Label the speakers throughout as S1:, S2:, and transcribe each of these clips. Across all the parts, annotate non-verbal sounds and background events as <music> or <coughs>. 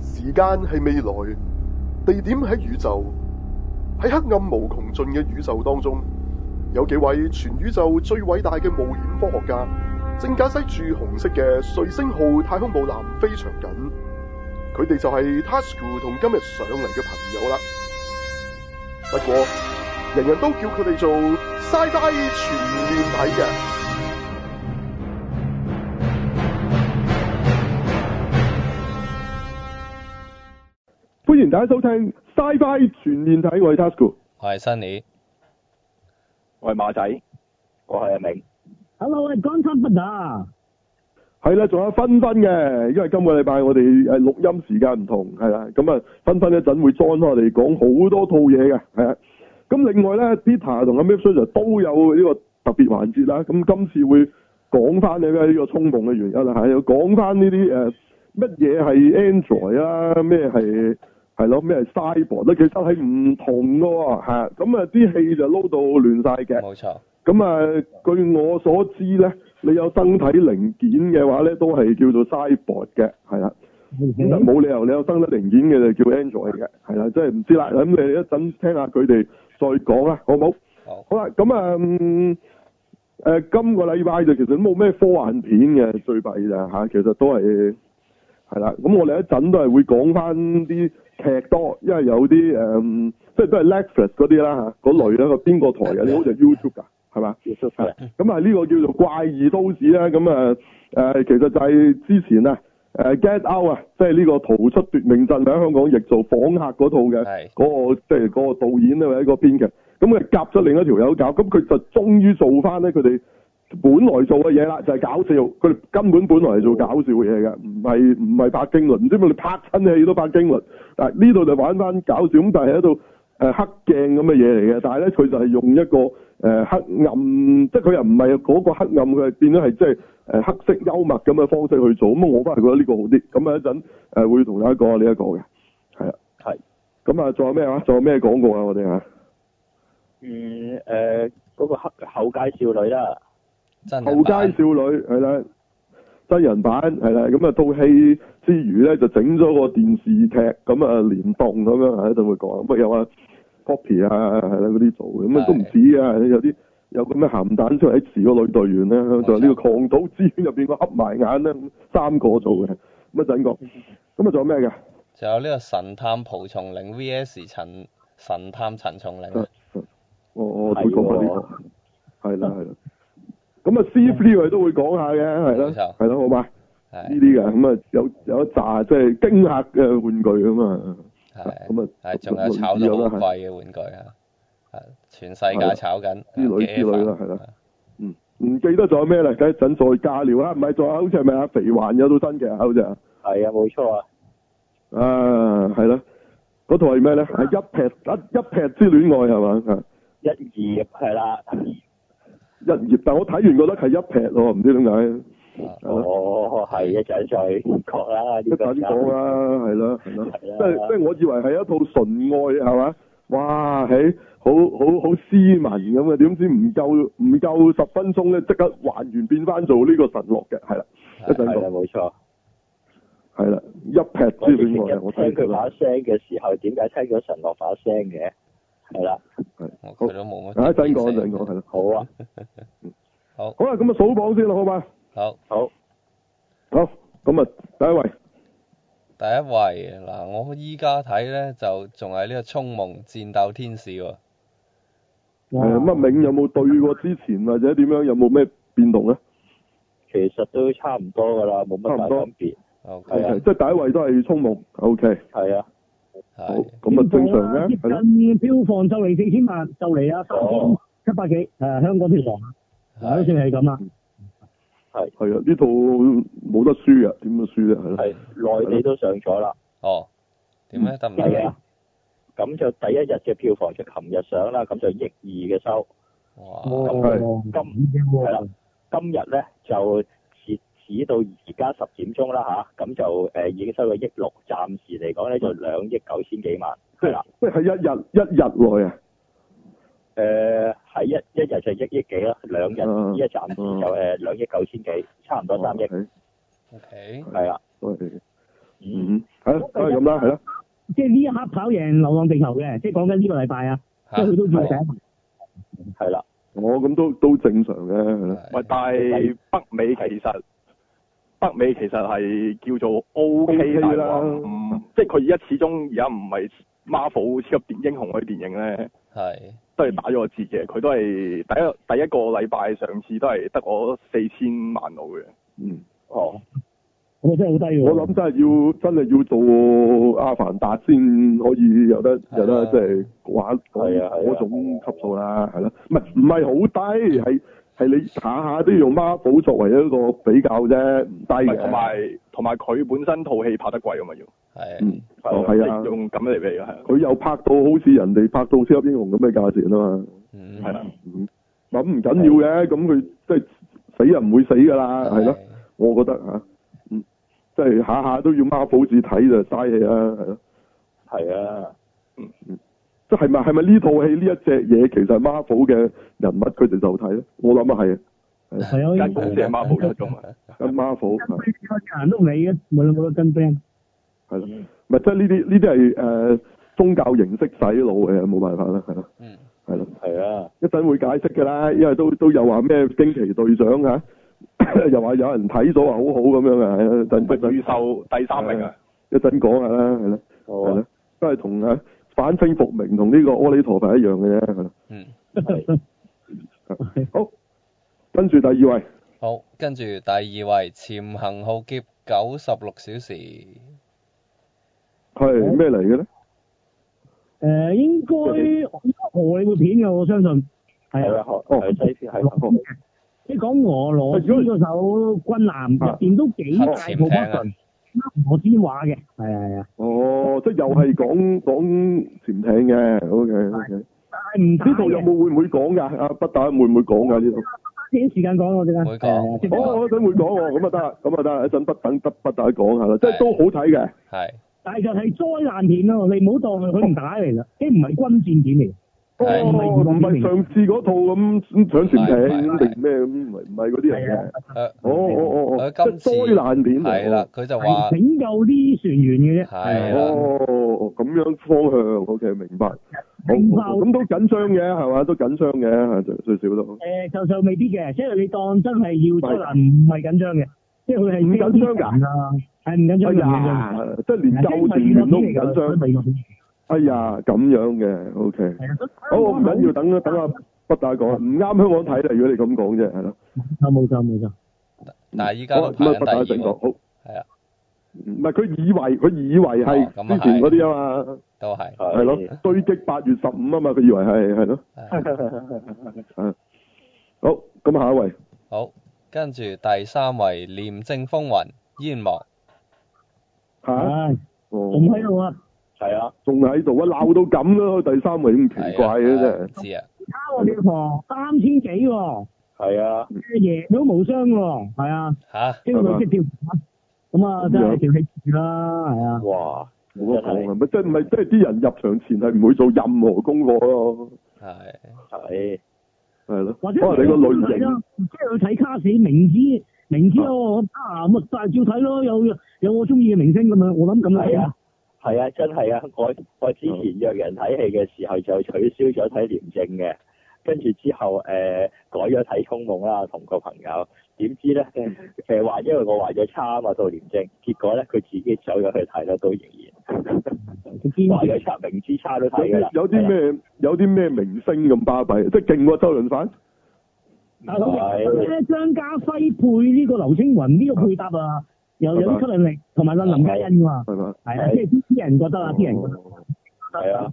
S1: 時間係未來，地點喺宇宙，喺黑暗無窮盡嘅宇宙當中，有幾位全宇宙最偉大嘅冒險科學家，正駕駛住紅色嘅瑞星號太空母艦非常緊。佢哋就係 Tasuku 同今日上嚟嘅朋友啦。不過，人人都叫佢哋做 Sci-Fi 全面睇嘅。
S2: 歡迎大家收聽《Sci-Fi 全面睇》，我係 Tasco，
S3: 我係 Sunny，
S4: 我係馬仔，我係阿明。
S5: Hello，我係港產不打。
S2: 係啦，仲有分分嘅，因為今個禮拜我哋誒錄音時間唔同，係啦，咁啊分分一陣會 join 開我哋講好多套嘢嘅，係啊，咁另外咧 Peter 同阿 Mip Sir 都有呢個特別環節啦，咁今次會講翻呢個呢個衝動嘅原因啦，係要講翻呢啲誒乜嘢係 Android 啦，咩係係咯，咩係 Cyborg 啊咧，其實係唔同嘅喎，嚇，咁啊啲戲就撈到亂晒嘅。
S3: 冇錯，
S2: 咁啊，據我所知咧，你有身體零件嘅話咧，都係叫做 cyborg 嘅，係啦。咁就冇理由你有生體零件嘅就叫 Android 嘅，係啦，即係唔知啦。咁你哋一陣聽下佢哋再講啦，好唔好？
S3: 好
S2: 好啦，咁啊，嗯誒、今個禮拜就其實都冇咩科幻片嘅，最弊咋嚇，其實都係係啦。咁我哋一陣都係會講翻啲劇多，因為有啲誒、嗯即係都係 Netflix 嗰啲啦嚇，嗰類啦，個邊個台嘅？你好似係 YouTube 㗎，係嘛？咁啊，呢個叫做怪異都市啦。咁啊，誒、其實就係之前啊，誒、Get Out 啊，即係呢個逃出奪命鎮喺香港亦做訪客嗰套嘅
S3: 係
S2: 嗰、個，即係嗰個導演啊，或者個編劇。咁佢夾咗另一條友搞，咁佢就終於做翻咧佢哋本來做嘅嘢啦，就係、搞笑。佢哋根本本來係做搞笑嘅嘢嘅，唔係唔係拍驚慄。唔知點解你拍親戲都拍驚慄。啊，呢度就玩翻搞笑，咁但係喺度誒黑鏡咁嘅嘢嚟嘅，但係咧佢就係用一個誒、呃黑暗，即係佢又唔係嗰個黑暗，佢係變咗係即係誒黑色幽默咁嘅方式去做。咁我反而覺得呢個好啲。咁啊一陣誒會同大家講下呢一個嘅，係啊，
S4: 係。
S2: 咁啊，仲有咩話？仲有咩廣告啊？我哋嚇。
S4: 嗯，诶，嗰個黑後街少女啦，
S3: 真人
S2: 後街
S3: 版
S2: 少女係啦，真人版係啦，咁啊套戲之餘咧就整咗個電視劇咁啊聯動咁樣係一陣會講，咁啊有啊 Poppy 啊係啦嗰啲做嘅，咁啊
S3: 係
S2: 都唔止啊，有啲有咁嘅鹹蛋出嚟 X 個女隊員咧，就呢個狂賭之圈入邊個黑埋眼咧，咁三個做嘅，咁一陣講，咁啊仲有咩嘅？
S3: 仲有呢個神探蒲松齡 V.S. 陳神探陳松齡
S2: 啊，我我會講翻呢
S4: 係喎
S2: 個，係啦係啦，咁啊 C three 我哋都會講下嘅，係
S3: 冇
S2: 啦
S3: 錯
S2: 係啦，好嘛？呢
S3: 係
S2: 啲嘅，咁啊有有一扎即係驚嚇嘅玩具咁啊，咁
S3: 係
S2: 啊
S3: 係，仲有炒到好貴嘅玩具啊，係全世
S2: 係啦
S3: 界炒緊
S2: 之類
S3: 嘅
S2: 之類啊啦係
S3: 啊
S2: 啦嗯，唔記得仲有咩啦，梗係陣再加料啦，唔係仲有好似係咪阿肥環有套新嘅，好似啊，
S4: 係啊，冇錯啊，
S2: 啊係啦，嗰套係咩
S3: 啊
S2: 咧？係一撇一一撇之戀愛係嘛？啊
S4: 一二係啦，
S2: 一頁，但我睇完覺得係一撇喎，唔知點解。
S3: 啊
S2: 係啦
S4: 哦，係一陣再確啦，
S2: 一
S4: 呢個
S2: 陣講啦，係啦，係啊啦，即
S4: 係啦
S2: 係即係我以為係一套純愛係嘛？哇，喺好好好斯文咁啊！點知唔夠唔夠十分鐘咧，即刻還原變翻做呢個神樂嘅，係啦，一
S3: 係
S2: 陣
S4: 係
S2: 講，
S4: 啦，冇錯。
S2: 係啦，一
S4: 我
S2: 劈之
S4: 哋成日
S2: 戀愛啊，我睇
S4: 聽佢把聲嘅時候，點解聽咗神樂把聲嘅？係啦，
S3: 我
S2: 好
S3: 佢都冇乜。
S2: 啊，一陣講，一陣講，係啦。
S4: 好啊，
S3: 好，
S2: 好啦，咁啊數榜先啦，好嘛？
S3: 好，
S4: 好，
S2: 好，咁啊第一位
S3: 第一位嗱，我依家睇咧就仲係呢個《衝夢戰鬥天使》
S2: 誒
S3: 喎，
S2: 啊乜銘有冇對過之前或者點樣有冇咩變動咧？
S4: 其實都差唔多㗎啦，冇乜大分別。係啊
S3: OK，
S2: 即係第一位都係衝夢，OK，
S4: 係啊，
S2: 好，
S3: 係
S2: 咁啊正常嘅，
S5: 接
S2: 係啦。
S5: 近票房就嚟四千萬，就嚟啦，三千七百幾，誒香港票房啊，好似
S3: 係
S5: 係咁啦。啊
S2: 係啊，呢套冇得輸啊嘅，點樣輸啫？係咯，
S4: 係內地都上咗
S2: <laughs>
S4: 啦。
S3: 哦，點咧得唔
S4: 係
S3: 得？
S4: 啊，咁就第一日嘅票房就琴日上啦，咁就億二嘅收。
S3: 哇，
S5: 哦，咁嘅喎，
S4: 今日咧就截止到而家十點鐘啦吓，咁、就誒、呃已經收到億六，暫時嚟講咧就兩億九千幾萬，係啦，
S2: 即嗯係一日一日內啊，
S4: 誒、喺呃一一日就一億幾啦，兩
S2: 嗯哦
S4: 日依家暫時就呃誒兩億九千幾，差唔多三億，
S2: 係
S3: OK，
S4: 係啦，
S2: 哦都係
S4: 嗯，
S2: 嗯，係啦，都係咁啦，係啦，
S5: 即係呢一刻跑贏流浪地球嘅，即係講緊呢個禮拜啊，
S2: <laughs>
S5: 即
S3: 哦
S5: 係佢都要第一名。
S4: 係啦，
S2: 我咁都都正常嘅，係啦。
S6: 喂，
S2: <laughs>
S6: 但係北美其實北美其實係叫做 O K
S2: OK
S6: 大
S2: 啦
S6: 啦，唔即係佢而家始終而家唔係 Marvel 超級電英雄嗰啲電影咧，
S3: 係
S6: 都係打咗個折嘅。佢都係第一第一個禮拜上次都係得我四千萬路嘅。
S2: 嗯，
S4: 哦，
S5: 我真係好低喎。
S2: 我諗真係要真係要做阿凡達先可以有得
S3: 啊
S2: 有得即係玩
S4: 係啊係啊
S2: 嗰種級數啦，係咯，啊唔係唔係好低，係係你下下都要用 Marvel 作為一個比較啫，唔低嘅。
S6: 同埋同埋佢本身套戲拍得貴啊嘛要，
S3: 係
S2: 嗯，哦係啊
S6: 即係，用咁嚟比啊，係啊
S2: 佢又拍到好似人哋拍到超級英雄咁嘅價錢啊嘛，
S3: 嗯
S6: 係啦，
S2: 嗯咁唔緊要嘅，咁佢即係死人唔會死㗎啦，係咯，我覺得嚇，嗯，即係下下都要 Marvel 字睇就嘥氣啦，係咯。
S4: 係啊，
S2: 即係咪係咪呢套戲呢一隻嘢其實係 Marvel 嘅人物佢哋就睇咧？我諗啊係
S5: 係啊，
S6: 間公司係 Marvel 出㗎嘛。
S2: 跟 Marvel 係
S5: 跟 friend 嘅人都唔理嘅，無論我跟 friend。
S2: 係咯，咪即係呢啲呢啲係誒宗教形式洗腦嘅，冇辦法啦，係咯
S3: 嗯
S2: 係咯，
S4: 係啊，
S2: 一陣會解釋㗎啦，因為都都有話咩驚奇隊長啊， <coughs> 又話有人睇咗話好好咁樣啊，係啊一陣
S6: 預售第三名啊，
S2: 一陣講下啦，係咯
S4: 好
S2: 係
S4: 啊
S2: 咯，都係同啊反清復明同呢個阿彌陀佛一樣嘅啫，係咯
S3: 嗯，
S2: 啊
S4: 係
S2: 好，跟住第二位。
S3: 好，跟住第二位潛行浩劫九十六小時，
S2: 係咩嚟嘅咧？
S5: 誒，應該荷里活片嘅，我相信係
S4: 係啊，
S5: 啊。
S4: 學
S2: 哦
S4: 係西片係
S5: 哦即係講俄羅斯嗰首軍艦入邊都幾大
S3: 黑潛艇
S5: proportion
S3: 啊，
S5: 俄羅斯話嘅，係啊係啊，
S2: 哦，即係又係講講潛艇嘅，OK OK。呢
S5: 但係唔打
S2: 度有
S5: 嘅
S2: 冇會唔會講㗎？阿北打會唔會講㗎呢度？
S5: 啲時間講我哋啊，
S3: 會講
S5: 係啊即係
S3: 會
S2: 哦，我一陣會講喎，咁啊得啦，咁啊得啦，一陣不等不不打講下啦，即係
S3: 係
S2: 都好睇嘅。
S3: 係
S5: 但係就係災難片咯，你唔好當佢唔打嚟啦，即係唔係軍戰片嚟嘅，
S3: 係
S2: 哦，唔係上次嗰套咁咁搶
S3: 係係
S2: 潛
S3: 係
S2: 艇定咩咁，唔係唔係嗰啲嚟嘅。
S3: 誒
S2: 哦哦哦哦，
S3: 佢
S2: 即係
S3: 今次
S2: 災難片嚟
S3: 呃係啦，佢就話
S5: 係拯救啲船員嘅啫，
S3: 係
S5: 啊
S3: 啦
S2: 哦，咁樣方向，OK，明白。好，
S5: 明白
S2: 好咁都緊張嘅係嘛？都緊張嘅，最最少都。
S5: 誒就就未必嘅，即係你當真係要災難唔係緊張嘅，即係佢係
S2: 唔緊張㗎
S5: 㗎，啊係唔緊
S2: 哎
S5: 張㗎唔緊張㗎。
S2: 呀，即係連救船員都唔緊張。哎呀，咁樣嘅，OK。好，唔
S5: 啊
S2: 緊要，等啦，等阿北大講啊，唔啱香港睇啦，如果你咁講啫，係咯。
S5: 冇錯冇錯，
S2: 啊
S3: 哦但係依家都
S2: 好
S3: 排
S2: 咁啊，
S3: 緊
S2: 北大
S3: 第
S2: 正講
S3: 二喎，
S2: 好。
S3: 係啊，
S2: 唔係佢以為佢以為係
S3: 哦咁啊
S2: 之前嗰啲啊嘛，
S3: 都係
S4: 係
S2: 係咯，追擊八月十五啊嘛，佢以為係係咯，
S3: 係
S2: <laughs> 啊好，咁下一位，
S3: 好，跟住第三位廉政風雲煙幕，
S2: 嚇，
S5: 唉，
S2: 哦
S5: 啊仲喺度啊！
S4: 係啊，
S2: 仲喺度啊，鬧到咁咯，第三位咁奇怪嘅真係，
S3: 係，知啊，
S5: 卡我票房三千幾喎，
S4: 係啊，
S5: 贏到無雙喎，係啊，
S3: 嚇，
S5: 跟住佢即係跳咁啊，真係條氣住啦，係啊，
S4: 哇，
S2: 冇得講啊，咪即係唔係即係啲人入場前係唔會做任何功課咯，
S3: 係
S4: 係
S2: 係咯，可
S5: 或者
S2: 能你個類型。
S5: 即係去睇卡士，明知明知我啊咁啊，但係照睇咯，有有我中意嘅明星咁樣，我諗
S2: 嗯
S5: 咁
S4: 係
S5: 樣
S4: 啊。係啊，真係啊！我我之前約人睇戲嘅時候就取消咗睇廉政嘅，跟住之後誒、呃改咗睇《衝夢》啦，同個朋友。點知咧
S2: 嗯
S4: 誒話，因為我話咗差啊嘛到廉政，結果咧佢自己走咗去睇啦，都仍
S5: 佢堅
S4: 然話
S5: 持
S4: 咗差，明知差都
S2: 有
S4: 睇㗎啦
S2: 啲。嗯
S5: 啊
S2: 有啲咩有啲咩明星咁巴閉，即係勁過周潤發。
S5: 大佬，咧張家輝配呢個劉青雲呢個配搭啊，又有啲吸引力，同埋阿林嘉欣㗎嘛，
S2: 係嘛？
S5: 係啊，即係啲啲人覺得啊，啲人覺得
S2: 哦
S4: 係啊？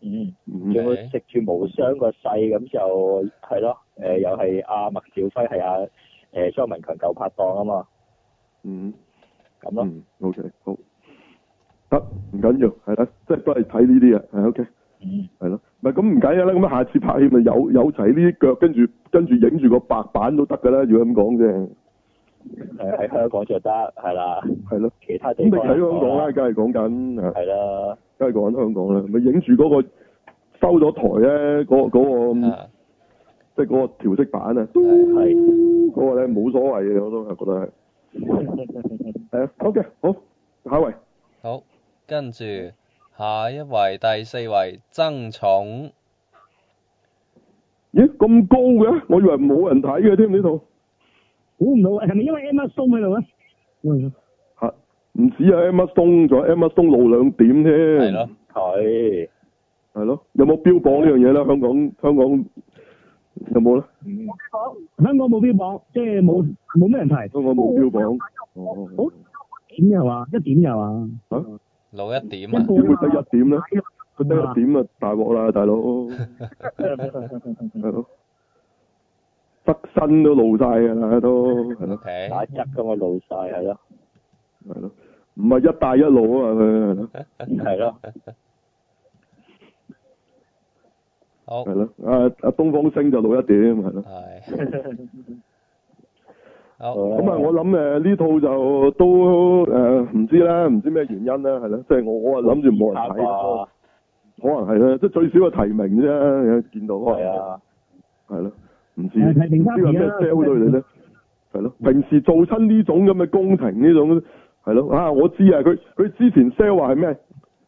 S4: 嗯，
S2: 嗯
S4: 仲要食住無雙個勢咁就係咯，誒、又係阿麥兆輝係阿誒張文強舊拍檔啊嘛，
S2: 嗯
S4: 咁咯，
S2: 嗯，OK，好得唔緊要，係啦，即係都係睇呢啲嘅，係 OK，
S4: 嗯，
S2: 係咯，唔係咁唔緊要啦，咁下次拍戲咪有有齊呢啲腳，跟住跟住影住個白板都得㗎啦，如果咁講啫，
S4: 誒喺香港就得係啦，
S2: 係咯，
S4: 其他
S2: 咁
S4: 地
S2: 你
S4: 方
S2: 喺香港啦，梗係講緊啊
S4: 係啦，
S2: 梗係講緊香港啦，咪影住嗰個收咗台咧，嗰嗰個
S3: 啊，
S2: 即係嗰個調色板啊。
S3: 係
S4: 係
S2: 嗰個咧冇所謂嘅，我都係覺得係。係啊，OK，好，下一位。
S3: 好，跟住下一位第四位曾重，
S2: 咦咁高嘅，我以為冇人睇嘅添呢套。
S5: 估唔到係咪因為 Emma Stone 喺度咧？喂
S2: 吓，唔止啊，Emma Stone 仲有 Emma Stone 露兩點添。
S3: 係咯，
S4: 佢
S2: 係咯，有冇標榜呢樣嘢咧？香港香港有冇咧？
S5: 香港冇標榜，即係冇冇咩人提，
S2: 香港冇標榜。哦，
S5: 點又話一點又話，
S3: 老一點啊
S5: 一，
S2: 點會
S5: 個
S2: 得一點咧？佢
S5: 啊
S2: 得一點啊，大鑊啦，大佬。係咯，側身都露晒㗎啦，都係咯
S3: O，K，
S4: 打側咁啊，露晒係咯，
S2: 係咯，唔係一帶一路啊嘛，佢係咯。
S4: 係咯，
S3: 好
S2: 系，咯，阿阿東方星就老一點，係咯。
S3: 係，好，
S2: 咁啊，我諗誒呢套就都誒唔知啦，唔知咩原因啦，係咯，即係我我啊諗住冇人
S4: 拍
S2: 睇，
S4: 啩，
S2: 可能係啦，即係最少個提名啫，見到
S4: 係，啊，
S2: 係咯，唔知
S5: 啊係提名
S2: 唔
S5: 卡
S2: 知
S5: 片
S2: 話咩
S5: 啦
S2: sell 對你咧，係咯，平時做親呢種咁嘅工程呢種，係咯，啊我知啊，佢佢之前 sell 話係咩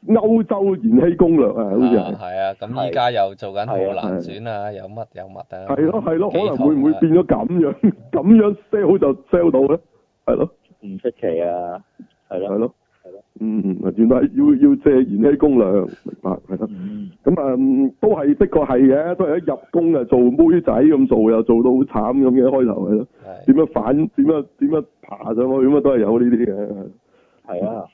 S2: 歐洲燃氣攻略啊，好似係。
S3: 啊係啊，咁依
S4: 係
S3: 家又做緊
S4: 係
S3: 好
S4: 啊
S3: 難選啊，有乜有乜啊，
S2: 係咯係咯，可
S3: 幾
S2: 能
S3: 套
S2: 會唔會
S3: 啊
S2: 變咗咁樣 <laughs> 咁樣 sell 就 sell 到咧？係咯。
S4: 唔出奇啊，係啊
S2: 係
S4: 咯，
S2: 咯，嗯，嗯原來要要借燃氣攻略，明白係咯。咁啊、嗯都係的確係嘅，都係一入工啊做妹仔咁做，又做到好慘咁嘅開頭係咯。
S3: 係
S2: 點樣反點樣點樣爬上去咁啊，都係有呢啲嘅。
S4: 係啊，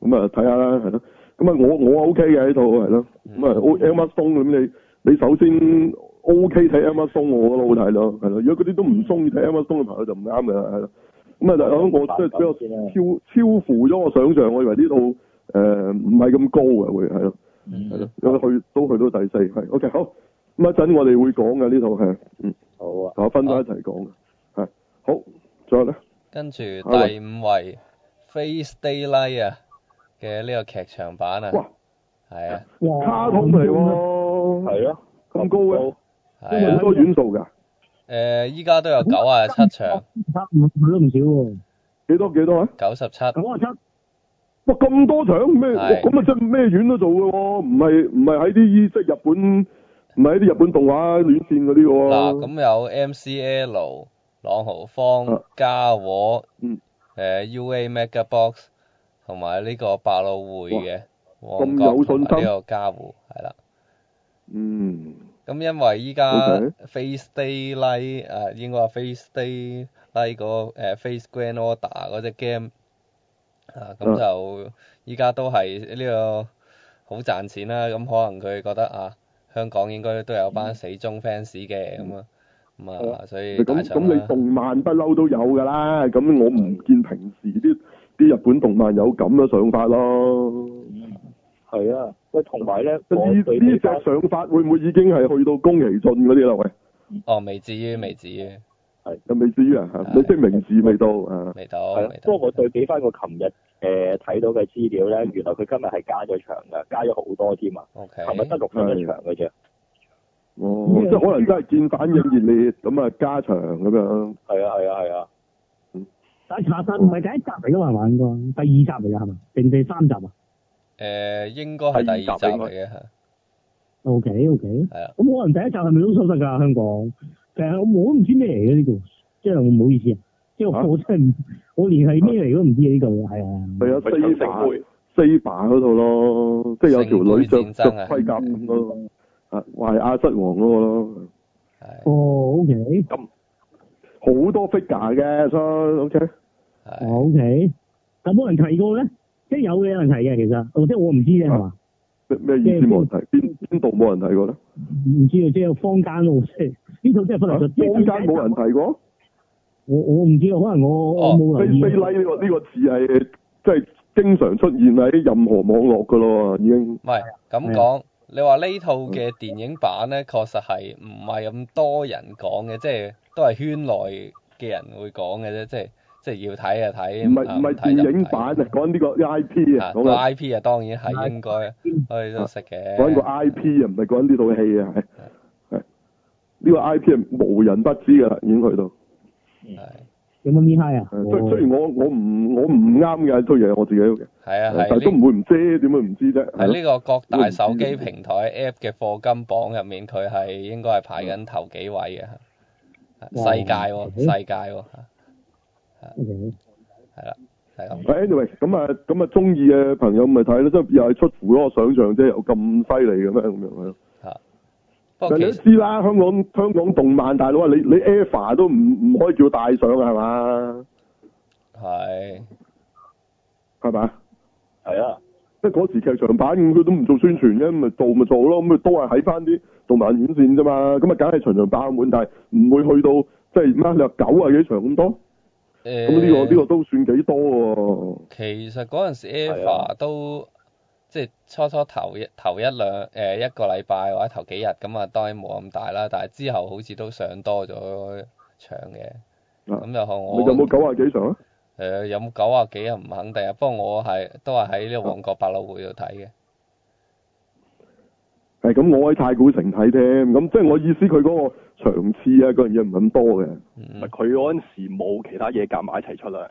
S2: 咁啊睇下啦，係咯。咁啊我我 OK 嘅呢套係咯。咁啊 O Emma Stone 咁你你首先 OK 睇 Emma Stone 我覺得好睇咯，係咯。如果嗰啲都唔中意睇 Emma Stone 嘅朋友就唔啱嘅啦，係咯。咁啊就我即係比較。超超乎咗我想象，我以為呢套誒唔係咁高嘅會係咯，係
S4: 嗯
S2: 咯，因為去都去到第四係 OK 好，咁一陣我哋會講嘅呢套係，嗯，
S4: 好啊，
S2: 同我分開一齊講嘅，係好，仲有咧
S3: 跟住第
S2: 下一
S3: 五位 Face Daylight 啊嘅呢個劇場版啊
S2: 哇，
S3: 係啊，
S5: 哇
S2: 卡通嚟喎，
S4: 係咯，
S2: 咁高嘅，
S3: 係
S2: 好
S3: 啊，
S2: 多院數㗎，
S3: 誒依家都有九啊七場，
S5: 佢都唔少喎，
S2: 幾多幾多啊？
S3: 九十七，
S5: 九啊七，
S2: 哇咁多場咩？
S3: 係
S2: 哇咁啊真係咩院都做嘅喎，唔係唔係喺啲即係日本。唔係喺啲日本動畫亂線嗰啲
S3: 嗱
S2: 喎，
S3: 咁有 MCL、朗豪
S2: 啊
S3: 坊、嘉和、
S2: 嗯
S3: 誒 UA Mega Box 同埋呢個百老匯嘅旺
S2: 咁有
S3: 角
S2: 信
S3: 同
S2: 心
S3: 埋呢個嘉湖，係啦。
S2: 嗯，
S3: 咁因為依家
S2: OK
S3: Face Day Light 啊，應該話 Face Day Light 嗰個誒 Face Grand Order 嗰只 game 啊，咁
S2: 嗯
S3: 就依家都係呢個好賺錢啦。咁可能佢覺得啊，香港應該都有班死忠 fans 嘅咁啊，咁啊，所以大
S2: 咁
S3: 場
S2: 咁你
S3: 啦。
S2: 動漫不嬲都有㗎啦，咁我唔見平時啲啲日本動漫有咁嘅想法咯。
S4: 係啊，喂，同埋咧，
S2: 呢
S4: 我
S2: 呢
S4: 對比
S2: 隻
S4: 翻
S2: 想法會唔會已經係去到宮崎駿嗰啲啦？喂，
S3: 哦，未至於，未至於，
S2: 又未至於啊，
S3: 係
S2: 你即係名字未到啊？
S3: 未到，
S4: 係
S3: 未
S4: 啊，
S3: 到
S4: 不。過我對比翻個琴日誒睇到嘅資料咧，原來佢今日係加咗場㗎，加咗好多添啊！
S3: O K，
S4: 琴日得六分一場嘅啫，
S2: 哦，
S5: 咩
S2: 即係可能真係見反應熱烈，咁啊加長咁樣。
S4: 係啊係啊係啊，
S5: 但係查實唔係第一集嚟噶嘛，係嘛應該第二集嚟噶係嘛，定第三集啊
S3: 誒應該係第二集嚟嘅，係
S5: ？O K O K，
S3: 係啊，
S5: 咁可能第一集係咪都收得㗎香港？其實我我都唔知咩嚟嘅呢個，即係我唔好意思啊，即係
S2: 啊
S5: 我我真係唔，我連係咩嚟都唔知呢個係啊。
S2: 係啊，
S6: 咪搶
S2: 四
S6: 聖
S2: 把
S6: 杯，
S2: 四把嗰度咯，即係有條女着
S3: 聖杯戰
S2: 着
S3: 爭啊
S2: 盔甲咁嗰度，啊，壞亞瑟王嗰個咯，
S3: 係
S5: 哦，O K，
S2: 好多 figure 嘅，所以 OK。
S5: 哦
S3: 係
S5: O K，但冇人提過咧，即係有嘅有人提嘅其實，哦即係我唔知啫係
S3: 啊
S5: 嘛，
S2: 咩咩意思冇人睇？邊邊度冇人睇過咧？
S5: 唔知啊，即係坊間咯，即係呢套真係不能
S3: 啊
S2: 坊啊間冇人睇過，
S5: 我我唔知啊，可能我我冇
S2: 非
S5: 留意。啊
S2: 非
S3: 哦
S2: like 呢個呢個字係即係經常出現喺任何網絡噶咯，已經
S3: 唔係咁講，你話呢套嘅電影版咧，確實係唔係咁多人講嘅，即係都係圈內嘅人會講嘅啫，即係即係要睇就睇，
S2: 唔係唔係
S3: 睇就
S2: 電
S3: 睇
S2: 影版啊，講呢個 I P 啊
S3: 啊，，
S2: 講
S3: 個
S2: 啊
S3: I P 啊，當然係應該，我哋都識嘅。
S2: 講緊個 I P 啊，唔係講緊呢套戲啊，係
S3: 哦
S2: 係呢個 I P 係無人不知噶啦，已經去到
S3: 係
S5: 有冇咪嗨啊？
S2: 誒雖雖然我我唔我唔啱嘅，推嘢我自己嘅，
S3: 係啊
S2: 但係都
S3: 係
S2: 唔
S3: 呢
S2: 會唔知，點會唔知啫？係
S3: 喺
S2: 咯
S3: 呢個各大手機平台 App 嘅課金榜入面，佢係應該係排緊頭幾位嘅，
S5: 哇
S3: 世界喎世界喎係啦係咁。
S2: anyway，咁啊，咁啊，中意嘅朋友咪睇咯，即係又係出乎我想象啫，有咁犀利嘅咩咁樣係咯。
S3: 不過
S2: 但
S3: 其
S2: 你都
S3: 實
S2: 知啦，香港香港動漫大佬啊，你你 e v a 都唔唔可以叫大上啊係嘛？
S3: 係
S2: 係嘛？
S4: 係啊，
S2: 即係嗰時劇場版咁，佢都唔做宣傳嘅，咁咪做咪做咯，咁咪都係喺翻啲動漫院線啫嘛，咁啊梗係場場爆滿，但係唔會去到即係咩你話九啊幾場咁多，咁
S3: 誒
S2: 呢、個呢、個都算幾多喎、
S3: 其實嗰陣時 a
S4: 係
S3: v
S4: 啊
S3: a 都即係初初頭一頭一兩誒、一個禮拜或者頭幾日咁啊，當然冇咁大啦。但係之後好似都上多咗場嘅，
S2: 啊
S3: 咁又我
S2: 你有冇九啊幾場啊？
S3: 誒、有冇九啊幾啊？唔肯定啊。不過我係都係喺呢個旺角百老匯度睇嘅。
S2: 係咁，我喺太古城睇添，咁即係我意思佢嗰個場次啊，嗰樣嘢唔係咁多嘅。
S3: 嗯
S6: 咪佢嗰陣時冇其他嘢夾埋一齊出啦，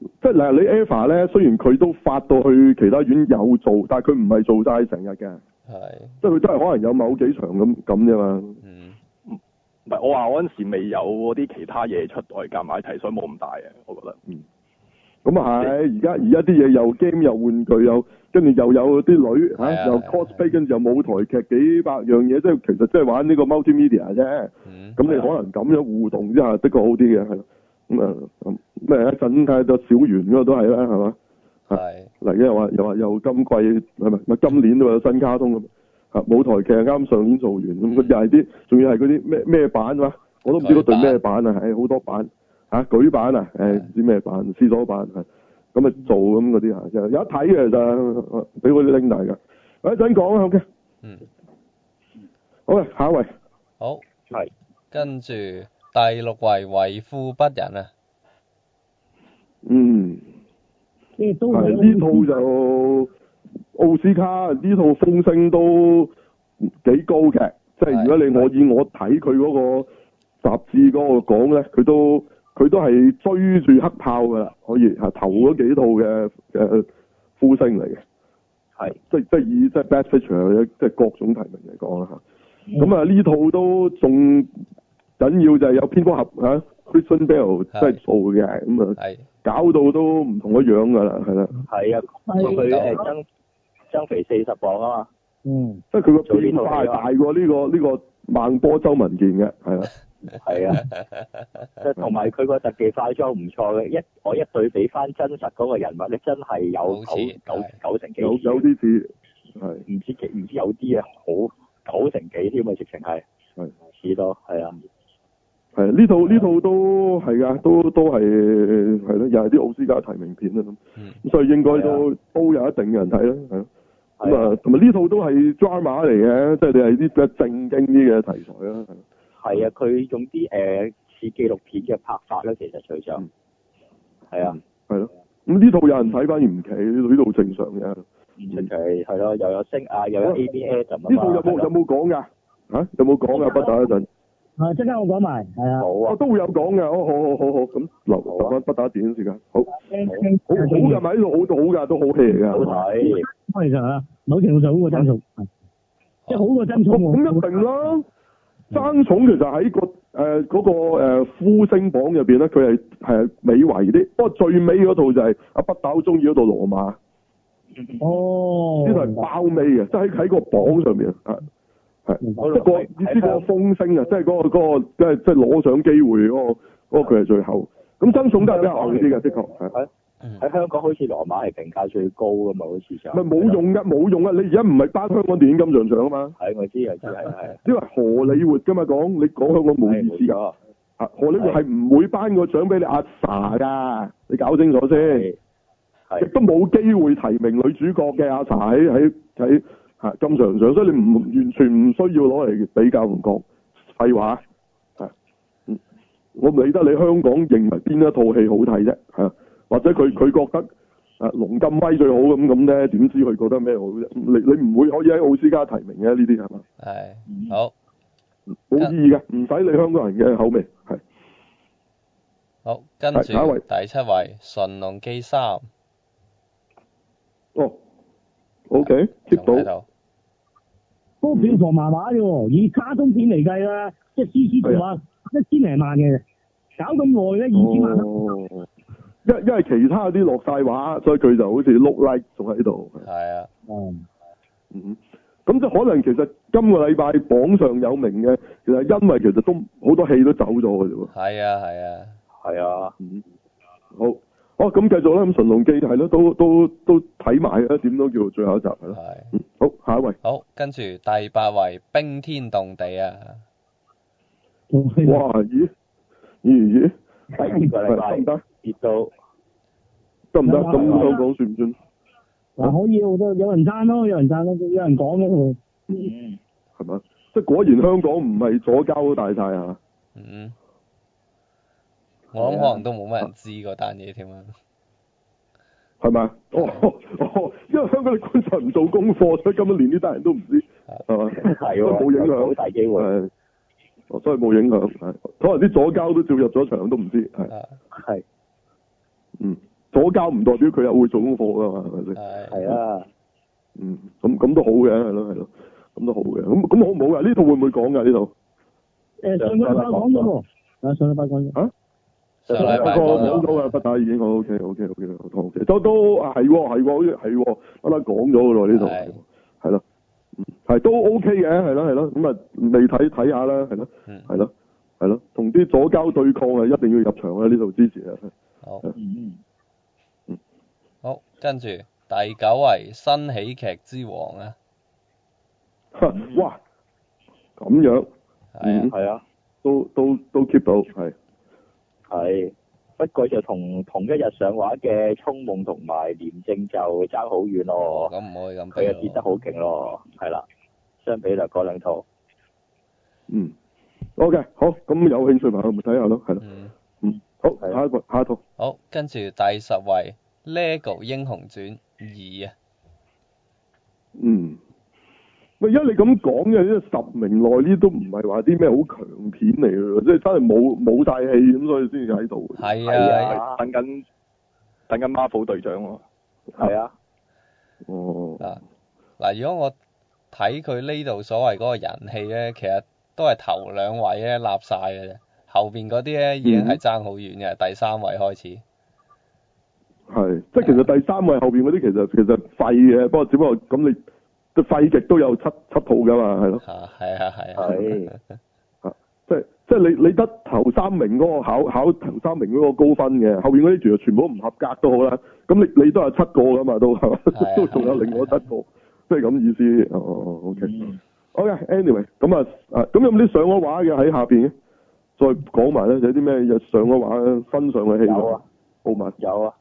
S2: 即係嗱，你 Eva 咧，雖然佢都發到去其他院有做，但係佢唔係做晒成日嘅，
S3: 係
S2: 即係佢都係可能有某幾場咁咁啫嘛。
S3: 嗯
S6: 唔係我話嗰陣時未有嗰啲其他嘢出嚟夾埋一齊，所以冇咁大嘅，我覺得。
S2: 咁啊係，而家而家啲嘢又 game 又玩具又，跟住又有啲女嚇、
S3: 係啊
S2: 又
S3: 係啊
S2: cosplay，跟住又舞台劇幾百樣嘢，即係其實即係玩呢個 multimedia 啫。
S3: 嗯
S2: 咁你可能咁樣互動之下，的確好啲嘅，係啦。咁啊，咁咩一陣睇到小圓嗰個都係啦，係嘛？
S3: 係
S2: 嗱，而家又話又話又今季係咪咪今年都有新卡通咁啊？舞台劇啱上年做完，咁佢又係啲，仲要係嗰啲咩咩版嘛？我都唔知嗰對咩版啊，係好多版嚇、舉版啊，誒唔知咩版，廁所版係咁啊做咁嗰啲嚇，有有得睇嘅就啊俾我啲拎大㗎。一陣講啊，OK，
S3: 嗯
S2: 好啦，下一位
S3: 好
S4: 係
S3: 跟住第六位為富不仁啊，
S2: 嗯。
S5: 即係都
S2: 係
S5: 係
S2: 啊呢套就奧斯卡呢套風聲都幾高嘅，即係
S3: 係
S2: 如果你我以我睇佢嗰個雜誌嗰個講咧，佢都佢都係追住黑豹噶啦，可以嚇頭嗰幾套嘅嘅呼聲嚟嘅，
S4: 係
S2: 即即係以即係 best picture 即係各種提名嚟講啦嚇。咁啊呢套都仲緊要就係有蝙蝠俠嚇 Christian Bale 即係
S3: 係
S2: 做嘅，咁啊 <laughs>
S3: 係
S2: 搞到都唔同嘅樣噶啦，係啦。
S4: 係啊，
S5: 係
S4: 佢誒增增肥四十磅啊嘛，
S5: 嗯，
S2: 即係佢個變化係大過呢、個呢、個孟波周文健嘅，係啦，
S4: 係啊，
S3: <laughs>
S4: 即係同埋佢個特技化妝唔錯嘅，一我一對比翻真實嗰個人物咧，真係有
S3: 好
S4: 九
S3: 似
S4: 九
S3: 係
S4: 九成幾，啊
S2: 有有啲似係
S4: 唔知幾唔知有啲嘢好九成幾添啊，直情係
S2: 係
S4: 似到係啊，
S2: 係啊呢套呢套都係㗎，都都係係咯，又係啲奧斯卡提名片啊啦咁，
S3: 嗯
S2: 咁所以應該都都有一定嘅人睇啦，係咯。咁
S4: 係啊
S2: 啊，同埋呢套都係 drama 嚟嘅，即係你係啲比較正經啲嘅題材啦，係咯
S4: 係啊，佢用啲誒似紀錄片嘅拍法咧，其實除上
S2: 嗯
S4: 係啊，
S2: 係咯。咁呢套有人睇反而唔奇，呢套呢套正常嘅。
S4: 唔出奇係咯，又有星啊，又有 A B A 咁啊嘛
S2: 嗯呢套有冇有冇講㗎？嚇有冇講㗎？不打一陣。
S5: 啊，即刻我講埋，係啊，
S4: 冇
S2: 我
S4: 啊？
S2: 都會有講嘅，哦，好好好好，咁留留翻不打電影時間，好，好好嘅，咪呢度好到好噶，都好戲嚟
S4: 好
S2: 噶，
S4: 睇，
S5: 好其實啊，某程度上好過真草，係即係好過真草
S2: 咁
S5: 我。
S2: 一定啦。爭寵其實喺個誒嗰個誒呼聲榜入邊咧，佢係係美圍啲，不過最尾嗰套就係阿北斗中意嗰套羅馬，呢
S5: 哦，
S2: 套係包尾嘅，即係喺喺個榜上面啊，係
S5: 明白
S2: 即係個意思嗰個風聲啊，即係嗰個嗰個即係即係攞獎機會嗰個嗰個佢係最後，咁爭寵都係比較後啲嘅，的確係。
S3: 嗯
S4: 喺香港好似羅馬係評價最高噶嘛，好似就
S2: 咪冇，用噶，冇用啊！你而家唔係頒香港電影金像獎啊嘛，
S4: 係我知我知係係
S2: 因為荷里活噶嘛講，你講香港 <laughs> 冇意思噶。
S4: 㗎，
S2: 啊荷里活係唔會頒個獎俾你阿 sa 噶，你搞清楚先，
S4: 係
S2: 亦
S4: 係
S2: 都冇機會提名女主角嘅阿 sa 喺喺喺啊嚇金像獎，所以你唔完全唔需要攞嚟比較唔講廢話。係嗯我唔理得你香港認為邊一套戲好睇啫，係啊或者佢佢覺得啊龍金威最好咁咁咧，點知佢覺得咩好啫？你你唔會可以喺奧斯卡提名嘅呢啲係嘛？
S3: 係好。
S2: 冇意義嘅，唔使理香港人嘅口味，係
S3: 好，跟
S2: 係
S3: 住
S2: 下一位
S3: 第七位神龍記三，
S2: 哦，OK，接
S3: 仲
S2: 到，
S3: 喺度，
S5: 嗰個票房麻麻嘅喎，以卡通片嚟計啦，即係 C C 動畫一千零萬嘅，搞咁耐咧二千萬，
S2: 哦，因因為其他啲落晒畫，所以佢就好似碌 like 仲喺度。
S3: 係啊，
S5: 嗯
S2: 嗯，咁即係可能其實今個禮拜榜上有名嘅，其實因為其實都好多戲都走咗嘅啫喎。
S3: 係啊，係啊，
S4: 係啊，
S2: 嗯，好，哦咁繼續啦，咁《神龍記》係咯，都都都睇埋啦，點都叫做最後一集係咯。
S3: 係。
S2: 嗯，好，下一位，
S3: 好，跟住第八位冰天動地啊，
S5: 仲係
S2: 哇，咦，咦咦，
S4: 第二個禮
S2: <laughs> 係得唔
S4: 拜
S2: 得？
S4: 跌到
S2: 得唔得？
S5: 得
S2: 咁
S5: 得
S2: 香港算唔算？
S5: 嗱可以好多有人爭咯，有人爭咯，有人講嘅喎，
S4: 嗯
S2: 係咪？即係果然香港唔係左交大晒啊！
S3: 嗯，我諗可能都冇乜人知嗰單嘢添啊，
S2: 係咪？哦哦，因為香港嘅官察唔做功課，所以根本連呢單人都唔知，係嘛？<laughs>
S4: 係
S2: 都
S4: 喎，
S2: 冇影響嗯
S4: 好。大機會
S2: 係，哦所以冇影響，係可能啲左交都照入咗場都唔知，係，
S3: 啊
S4: 係
S2: 嗯，左交唔代表佢又會做功課噶嘛，係咪先？
S3: 係
S4: 係啊，
S2: 嗯，咁咁都好嘅，係咯係咯，咁都好嘅，咁咁好唔好噶？呢套會唔會講噶？呢套
S5: 誒上個禮拜講咗喎，啊上個禮拜講咗，
S3: 上禮拜
S2: 個
S3: 講
S2: 講
S3: 咗
S2: 到啊啦，不打已經好 OK OK OK OK，都都啊係喎係喎，好似係喎，不打講咗嘅喎呢
S3: 係
S2: 套，係咯，嗯係都 OK 嘅，係咯係咯，咁啊未睇睇下啦，係咯
S3: 嗯
S2: 係咯係咯，同啲左交對抗啊，一定要入場啦，呢度支持啊！
S3: 好
S4: 嗯
S3: 好，跟住第九位新喜劇之王啊，
S2: <laughs> 哇，咁樣嗯，
S3: 嗯係啊
S4: 係啊。
S2: 都都都 keep 到，係
S4: 係，不過就同同一日上畫嘅《沖夢》同埋《廉政》就爭好遠
S3: 哦
S4: 咯，
S3: 咁唔可以咁
S4: 佢又
S3: 比
S4: 啊跌得
S3: 咯，
S4: 好勁咯，係啦。相比就嗰兩套，
S2: 嗯，OK，好，咁有興趣朋友咪睇下咯，係咯，
S3: 嗯，
S2: 嗯，好，
S4: 係
S2: 下一個下一套，
S3: 好，跟住第十位 LEGO 英雄傳二啊，
S2: 嗯，喂，而家你咁講嘅，呢十名內呢都唔係話啲咩好強片嚟嘅喎，即係真係冇冇晒戲咁，所以先至喺度。
S3: 係
S4: 係
S3: 啊，
S4: 啊
S6: 等緊等緊 Marvel 隊長喎，
S4: 係啊，
S2: 哦，
S3: 嗱嗱，如果我睇佢呢度所謂嗰個人氣咧，其實都係頭兩位咧立晒嘅啫，後邊嗰啲咧已經係爭好遠嘅，第三位開始。
S2: 係，即係其實第三位後邊嗰啲其實其實廢嘅，不過只不過咁你即係廢極都有七七套㗎嘛，係咯。
S3: 吓，係啊，係
S4: 係
S3: 啊，
S2: 即係即係你你得頭三名嗰個考考頭三名嗰個高分嘅，後邊嗰啲全部全部都唔合格都好啦。咁你你都係七個噶嘛，都係嘛
S3: 係啊，
S2: 都仲有另外七個，即係咁意思。哦哦，OK，
S4: 嗯，
S2: OK，anyway，咁啊啊，咁有冇啲上咗畫嘅喺下邊嘅？再講埋咧，有啲咩日上咗畫新上嘅戲
S4: 有啊，
S2: 好嘛？
S4: 有啊，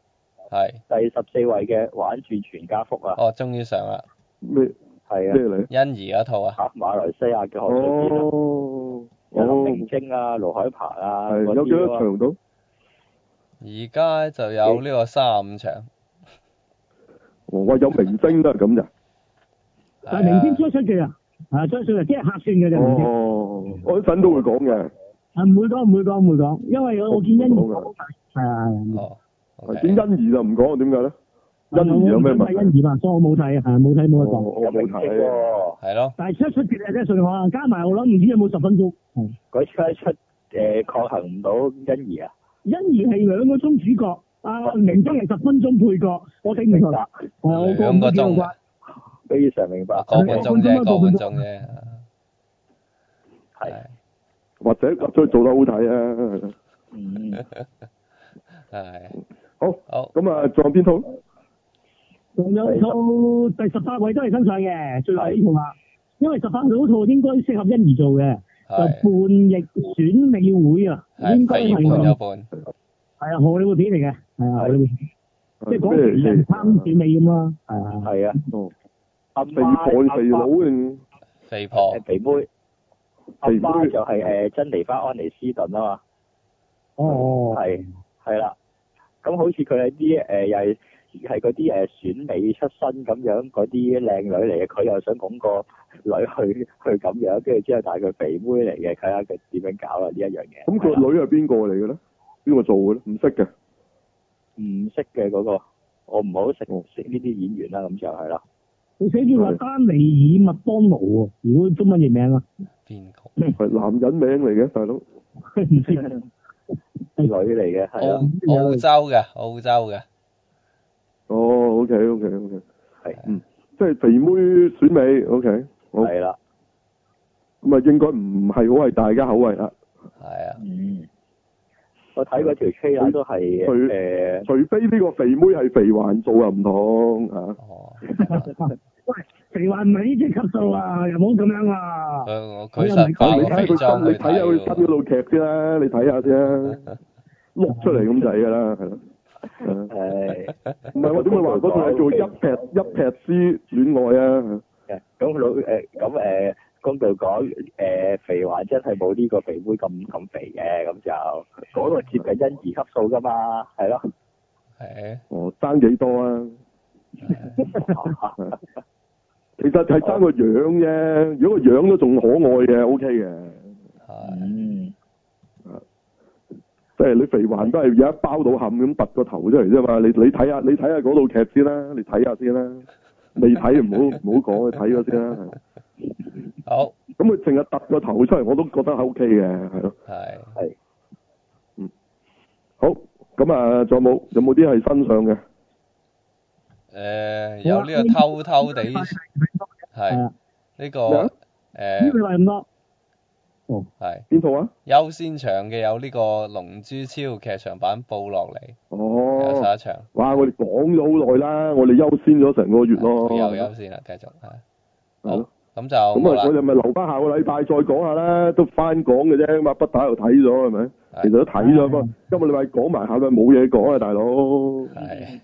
S3: 係，
S4: 第十四位嘅玩住全家福啊，
S3: 哦，終於上啦，
S2: 咩
S4: 係
S2: 咩
S4: 啊，
S2: 嚟？
S3: 欣宜嗰套啊，
S4: 嚇馬來西亞嘅學術片啊，
S2: 哦
S4: 有
S2: 哦，
S4: 林明晶啊、盧海鵬啊
S2: 係
S4: 嗰
S2: 哦有幾多
S4: 啲啊，
S2: 場到？
S3: 而家就有呢個三十五場，
S2: 哦，喂，有明星都係咁咋？
S5: 但係明星
S3: 係
S5: 追出嘅啊，啊追出嚟即係客串嘅啫，明星
S2: 哦，我一陣都會講嘅。
S5: 啊唔會講唔會講唔會講，因為我我見欣怡講係啊，
S3: 啊哦，OK，
S2: 點欣宜就唔講，點解咧？欣
S5: 欣
S2: 宜
S5: 怡
S2: 有咩問題哦
S5: 欣怡嘛，啊所以我冇睇係啊冇睇冇得講。
S4: 有
S2: 我
S4: 明
S2: 冇
S4: 晶
S2: 睇，啊
S4: 喎，
S3: 係咯，
S5: 但係出一出嘅啫，信我啊，加埋我諗唔知有冇十分鐘。係
S4: 佢出一出誒抗衡唔到欣宜啊，
S5: 欣怡係兩個鐘主角，阿明晶係十分鐘配角，我頂
S2: 嗯
S5: 唔順啦。係啊我過
S3: 兩
S5: 唔
S3: 個
S5: 到幾好
S3: 鐘
S5: 關
S3: 啊，，
S4: 非常明白，
S3: 啊個半鐘啫，個半鐘啫，
S4: 係，
S2: 或者或者做得好睇啊。
S4: 嗯。
S3: 係，
S2: 好，
S3: 好，
S2: 咁啊，仲有邊套？
S5: 仲有套第十八位都係身上嘅，最後呢套啦。因為十八嗰套應該適合欣怡做嘅，就
S3: 係，
S5: 叛逆選美會啊，應
S3: 係
S5: 該
S3: 肥
S5: 係
S3: 半有半，
S5: 係啊，荷里活片嚟嘅，係啊，荷里活片即係講肥人參選美咁啦，係啊。
S4: 系啊，
S2: 哦，
S4: 阿
S2: 肥
S4: 媽
S2: 婆肥佬
S4: 阿媽
S2: 定
S3: 肥婆
S4: 誒，肥妹，阿
S2: 肥妹
S4: 媽就係誒珍妮花安妮斯頓啊嘛，
S5: 哦，
S4: 係係啦，咁好似佢係啲誒又係係嗰啲誒選美出身咁樣嗰啲靚女嚟嘅，佢又想捧個女去去咁樣，跟住之後但係佢肥妹嚟嘅，睇下佢點樣搞啦呢一樣嘢。
S2: 咁個
S4: 係啦
S2: 女係邊個嚟嘅咧？邊個做嘅咧？唔識嘅。
S4: 唔識嘅嗰個，我唔好識
S2: 哦
S4: 識呢啲演員啦，咁就係啦。
S5: 佢寫住話丹尼爾麥當勞喎，如果中文譯名啊，
S3: 邊個？
S2: 係男人名嚟嘅，大佬。
S5: 唔識啊
S2: 嗯
S4: <laughs> 女嚟
S2: 啊
S4: 嘅係
S3: 澳
S4: 啦，
S3: 澳洲嘅，澳洲嘅，
S2: 哦，OK，OK，OK，嗯
S4: 係
S2: 即係肥妹選美，OK，好，
S4: 係啦，
S2: 咁啊應該唔係好係大家口味啦，
S3: 係啊，
S4: 嗯。我睇嗰條 trailer 都係
S2: 佢
S4: 誒
S2: 除非呢個肥妹係肥環做啊唔同啊，
S3: 哦，
S5: 肥話唔係呢隻級數啊，又冇咁樣啊。
S3: 佢我佢實
S5: 啊
S3: 化
S2: 你睇
S3: 個
S2: 下
S3: 肥
S2: 佢
S3: 裝
S2: 新，你
S3: 去
S2: 睇下佢
S3: 睇
S2: 新嗰
S3: 喎，
S2: 套劇先啦，你睇下先啦，碌出嚟咁滯㗎啦，係咯，係啊
S4: 誒
S2: 唔係我點會話嗰套係做一撇一撇之戀愛啊？
S4: 誒咁老誒咁呃誒公道講誒呃肥環真係冇呢個肥妹咁咁肥嘅，咁 <laughs> 就嗰度接近欣宜級數噶嘛，係 <laughs> 咯。
S3: 係
S2: 哦，爭幾多啊？
S4: 係
S2: 其實係爭個樣啫，如果個樣都仲可愛嘅，OK 嘅。
S3: 係
S4: 嗯
S2: 即係你肥環都係有一包到冚咁突個頭出嚟啫嘛，你你睇下你睇下嗰套劇先啦，你睇下先啦，未睇唔好唔好講，你睇咗先啦。
S3: 好
S2: 咁佢淨係突個頭出嚟，我都覺得係 O K 嘅，係咯。
S3: 係
S2: 好，咁啊，仲有冇有冇啲係身上嘅？
S3: 誒
S2: 啊
S3: 有呢個偷偷地係呢個
S2: 咩啊
S5: 咦
S3: 誒
S5: 你話咁多，
S3: 係
S2: 邊套啊？
S3: 優先場嘅有呢個《龍珠超》劇場版報落嚟，有
S2: 哦，
S3: 十一場，
S2: 哇！我哋講咗好耐啦，我哋優先咗成個月咯。
S3: 又優先啦，繼續係
S2: 哦係咯。
S3: 咁就
S2: 咁
S3: 冇
S2: 啊，我
S3: 啦，
S2: 哋咪留翻下個禮拜再講下啦，都翻講嘅啫嘛，不打又睇咗係咪？
S3: 係
S2: 其實都睇咗，不過今個禮拜講埋下個禮拜冇嘢講啊，大佬。
S3: 係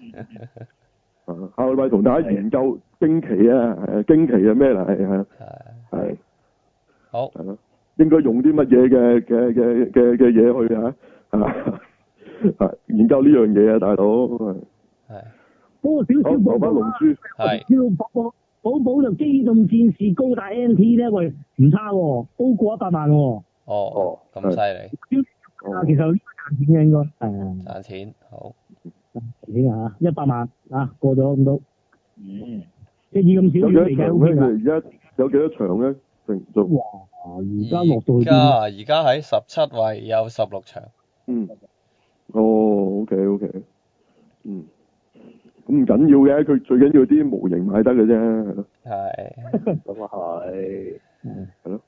S2: 啊，下個禮拜同大家研究驚奇啊，係啊驚奇係咩嚟？係啊
S3: 係
S2: 係
S3: 好
S2: 係咯，應該用啲乜嘢嘅嘅嘅嘅嘅嘢去啊？ <laughs> 啊，研究呢樣嘢啊，大佬。係
S3: 係
S5: 嗰個少
S2: 好，
S5: 少
S2: 講
S5: 寶寶
S2: 翻龍
S5: 啊
S2: 珠，
S3: 係
S5: 少少寶寶寶寶就機動戰士高達 NT 咧，喂唔差喎，高過一百萬喎。
S3: 哦咁犀利
S5: 啊，其實呢個賺錢嘅應該係啊，
S3: 賺錢好
S5: 錢啊一百萬啊過咗咁多，
S4: 嗯，
S5: 即係以咁少
S2: 有幾
S5: 少
S2: 多嗯
S5: 嚟計
S2: 場
S5: O K
S2: 咧？
S5: 㗎。
S2: 佢而家哦有幾多場咧？成做
S5: 哇！而家落到
S3: 而
S5: 去
S3: 家
S5: 邊？
S3: 而家喺十七位有十六場
S2: 嗯，哦，OK OK，嗯，咁唔緊要嘅，佢最緊要啲模型買得嘅啫，係咯，
S3: 係
S4: 咁啊係，
S2: 係咯，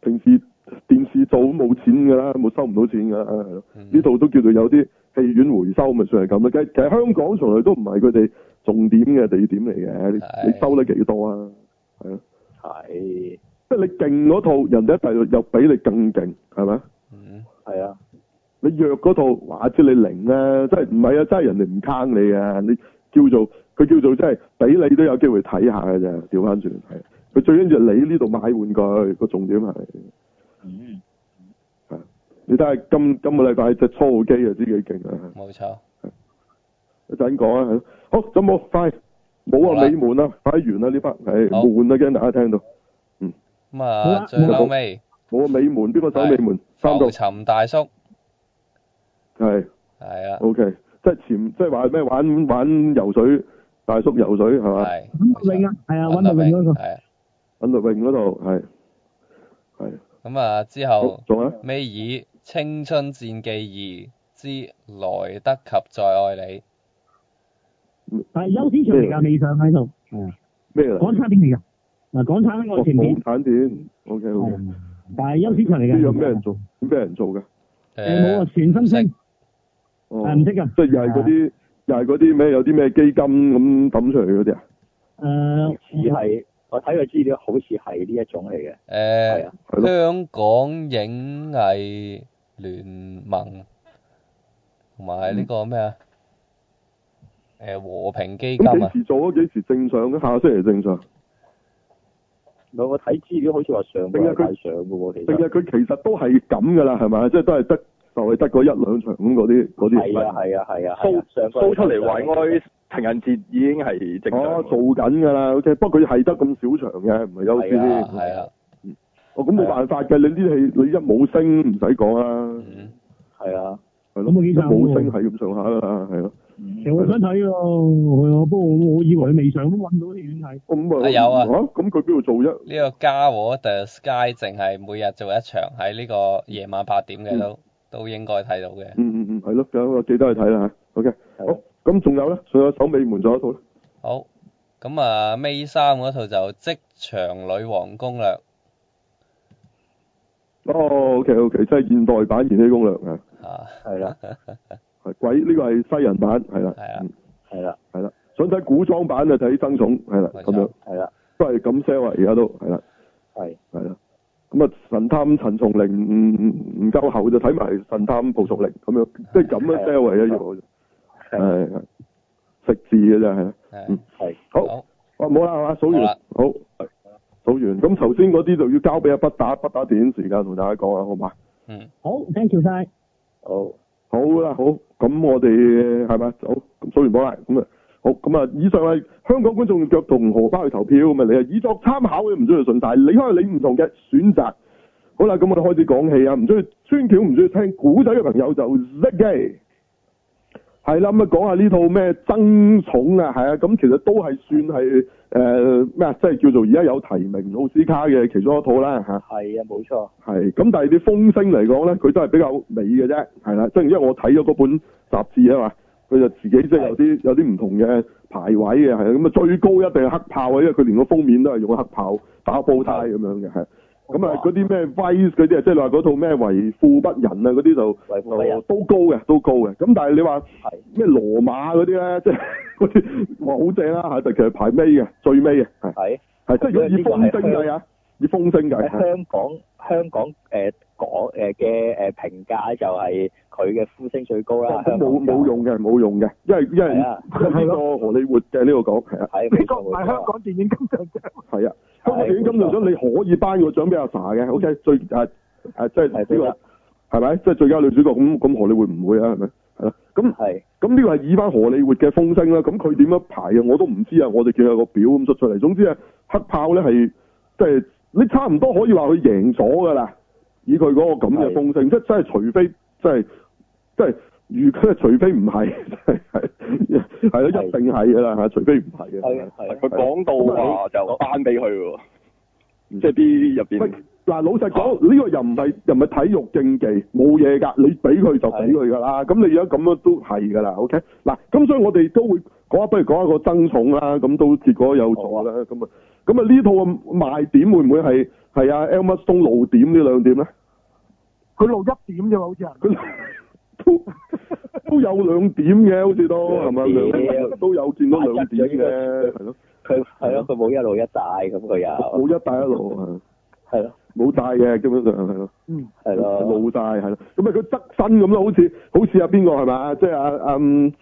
S2: 平時電視做都冇錢㗎啦，冇收唔到錢㗎啦，係咯，
S3: 嗯
S2: 呢度都叫做有啲戲院回收咪算係咁啦，其實其實香港從來都唔係佢哋重點嘅地點嚟嘅，
S3: 係
S2: 你你收得幾多啊？係咯，
S4: 係
S2: 即係你勁嗰套，人哋一第又比你更勁，係咪？
S3: 嗯
S4: 係啊，
S2: 你弱嗰套，話知你零啦，真係唔係啊，真係人哋唔坑你啊，你叫做佢叫做真係俾你都有機會睇下嘅啫，調翻轉係，佢最緊要你呢度買玩具個重點係，
S4: 嗯，
S2: 你睇下今今個禮拜隻初號機就知幾勁啊！
S3: 冇錯
S2: 一陣講啊，係咯好咁冇快冇
S3: 好
S2: 啊
S3: 啦
S2: 尾門啦，快完啦呢 part，係
S3: 好
S2: 悶啦驚大家聽到，
S3: 咁
S5: 好
S3: 啊
S5: 啦
S3: 最後尾
S2: 冇啊尾門邊個守尾
S3: 係
S2: 門？三度
S3: 浮沉大叔
S2: 係
S3: 係啦
S2: OK，即係潛即係話咩玩玩游水大叔游水係嘛？
S3: 係
S5: 揾麥永啊，係啊，揾麥永嗰個。
S3: 係啊
S2: 揾陸泳嗰度係係。
S3: 咁啊之
S2: 好
S3: 後。
S2: 仲啊？
S3: 尾爾青春戰記二之來得及再愛你，
S5: 但係優先場嚟㗎，未上喺度。係啊，
S2: 咩嚟？
S5: 港產片嚟㗎。嗱，港產咧，我前面
S2: 港產片，OK OK。
S5: 係啊但係優先場嚟
S2: 呢
S5: 㗎。
S2: 有咩人做？咩人做嘅？
S5: 誒？冇
S3: 誒
S5: 啊，全新
S3: 唔
S5: 星
S2: 哦
S5: 啊係唔識㗎。
S2: 即係又係嗰啲，又係嗰啲咩？有啲咩基金咁抌出嚟嗰啲啊？
S5: Ờ, 誒，
S4: 似係我睇佢資料好似係呢一種嚟嘅，係
S3: 誒
S4: 啊，
S2: 係咯，
S3: 香港影藝聯盟同埋呢個咩啊？誒和平基金
S2: 咁
S3: 啊
S2: 幾，時做啊？幾時正常嘅？下星期正常，
S4: 我我睇資料好似話上個禮拜上嘅喎，其
S2: 定係
S4: 實
S2: 佢其實都係咁㗎啦，係咪？即係都係得就係得嗰一兩場咁嗰啲嗰啲。
S4: 係啊係啊係啊，係啊
S6: show
S4: 上個
S6: show 出嚟
S4: 懷
S6: 懷哀情人節已經係正常。
S2: 哦，做緊㗎啦，OK。不過佢係得咁少場嘅，唔係優先。 <laughs>
S4: 係
S3: 啊係啦，
S2: 哦，咁冇辦法嘅，你呢啲戲你一冇升唔使講啦。
S3: 嗯，
S4: 係啊，
S2: 係
S5: 咁
S2: 咯，
S5: 啊幾
S2: 即
S5: 慘
S2: 係冇
S5: 喎
S2: 星係咁上下啦，係咯。
S5: 其實我想睇喎，係啊，不過我我以為佢未上都揾到戲院睇。
S2: 咁
S3: 啊有啊
S2: 嚇咁佢邊度做啫？
S3: 呢個嘉禾 The Sky 淨係每日做一場，喺呢個夜晚八點嘅都都應該睇到嘅。
S2: 嗯嗯嗯，係咯，咁我記得去睇啦嚇。OK，
S4: 係
S2: 好，咁仲有咧，仲有首尾門仲有一套咧，
S3: 好，咁啊，尾三嗰套就《職場女王攻略》，
S2: 哦，OK OK，即係現代版《延禧攻略》啊，
S3: 啊，<laughs>
S4: 係啦，
S2: 係鬼呢個係西人版，係啦，
S3: 係啊
S2: 嗯
S4: 係啦，
S2: 係啦，想睇古裝版就睇曾總，係啦，啊
S3: 冇錯
S2: 咁樣
S4: 係啦，
S2: 都係咁 sell 啊，而家都係啦，
S4: 係
S2: 係啦，咁啊神探嗯陳松伶唔唔唔夠厚就睇埋神探蒲松齡咁樣，即係咁樣 sell 啊，而家要
S4: 係
S2: 係係食字嘅啫，係啦，
S3: 係啊
S2: 嗯
S4: 係
S2: 好。
S3: 好，
S2: 哦，冇啦，係嘛，數
S3: 好
S2: 完
S3: 啦，
S2: 好，係數完。咁頭先嗰啲就要交俾阿北打，北打電影時間同大家講啦，好嘛？
S3: 嗯，
S5: 好，thank you 晒。
S4: 好，
S2: 好啦，好，咁我哋係咪？好，咁數完波啦，咁啊，好，咁啊，以上係香港觀眾腳同荷包去投票，咁啊，你啊以作參考嘅，唔需要信晒，你可以你唔同嘅選擇。好啦，咁我哋開始講戲啊，唔中意穿橋，唔中意聽古仔嘅朋友就叻嘅。係啦，咁啊講下呢套咩爭寵啊，係啊，咁其實都係算係誒咩啊，即係叫做而家有提名奧斯卡嘅其中一套啦嚇。
S4: 係啊，冇錯，
S2: 係，咁但係啲風聲嚟講咧，佢都係比較美嘅啫，係啦，即係因為我睇咗嗰本雜誌啊嘛，佢就自己即係有啲有啲唔同嘅排位嘅，係啊咁啊最高一定係黑豹啊，因為佢連個封面都係用黑豹打煲呔咁樣嘅，係。咁啊，嗰啲咩 Vice 嗰啲啊，即係你話嗰套咩為富不仁啊，嗰啲就
S4: 為富不仁
S2: 就都高嘅，都高嘅。咁但係你話
S4: 係
S2: 咩羅馬嗰啲咧，即係嗰啲哇好正啦嚇，就其實排尾嘅，最尾嘅，係
S4: 係
S2: 係即係如果以
S4: 呢
S2: 風
S4: 個係
S2: 聲計啊，以風聲計
S4: 喺
S2: 係。
S4: 香港香港誒港誒嘅誒評價就係佢嘅呼聲最高啦，
S2: 都
S4: 香港
S2: 啊哦冇冇用嘅，冇用嘅，因為因為
S4: 係啊
S2: 呢個荷里活嘅呢度講係啊，
S4: 係
S7: 呢
S4: 冇
S7: 個
S4: 錯
S7: 唔
S4: 冇
S7: 係香
S4: 錯，
S7: 港電影金像獎，
S2: 係啊，香港電影金像獎你可以頒個獎俾阿 Sa 嘅，OK，最誒誒即係
S4: 係最
S2: 呢個係咪？即係最佳女主角咁咁荷里活唔會啊，係咪？係啦，咁
S4: 係
S2: 咁呢個係以翻荷里活嘅風聲啦，咁佢點樣排嘅我都唔知啊，我哋見有個表咁出出嚟，總之啊，黑豹咧係即係你差唔多可以話佢贏咗㗎啦，以佢嗰個咁嘅風聲，即係真係除非即係即係如果除非唔係，係係係咯，一定係㗎啦嚇，除非唔係
S4: 係啊
S2: 嘅。
S4: 係
S6: 佢講到話就頒俾佢喎，即係啲入
S2: 喂啊
S6: 邊，
S2: 嗱，老實講，呢、個又唔係又唔係體育競技，冇嘢㗎，你俾佢就俾佢㗎啦。咁你而家咁樣都係㗎啦，OK？嗱，咁所以我哋都會講下，不如講下個爭寵啦。咁都結果有做啦，咁啊，咁啊呢套嘅賣點會唔會係係啊 Elmer Stone 露點呢兩點咧？
S7: 佢露一點啫嘛，好似係。
S2: 佢 <laughs> 都都有兩點嘅，好似都係咪
S4: 兩點
S2: 兩都有見到兩點嘅，係咯，
S4: 佢係咯，佢冇一路一帶咁佢又
S2: 冇一帶一路啊，
S4: 係咯
S2: 冇帶嘅，基本上係咯。
S4: 係咯
S2: 露晒係啦，咁啊佢側身咁咯，好似好似阿邊個係嘛？即係阿嗯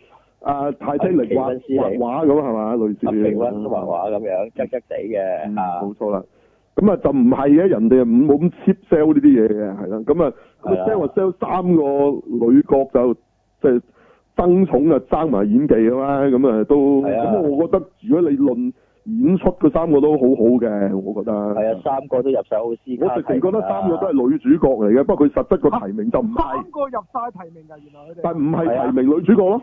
S2: 阿泰西力畫
S4: 啊奇雲斯啊
S2: 畫
S4: 利
S2: 畫咁啊係嘛？類似嗯
S4: 阿平温畫畫咁樣，側側地嘅嚇，
S2: 冇錯啦。咁啊就唔係嘅，人哋啊唔冇咁 cheap sell 呢啲嘢嘅，係啦。咁啊咁
S4: 係
S2: 啊
S4: 啊
S2: sell 話 sell 三個女角就即係爭寵啊，爭埋演技啊嘛。咁啊都
S4: 係啊
S2: 咁，我覺得如果你論演出嗰三個都好好嘅，我覺得
S4: 係啊，三個都入晒奧斯
S2: 我
S4: 卡，
S2: 直情覺得三個都係女主角嚟嘅，不過佢實質個提名就唔係。
S7: 三個入晒提名㗎，原來佢
S2: 但
S7: 哋。
S2: 唔係啊提名女主角咯，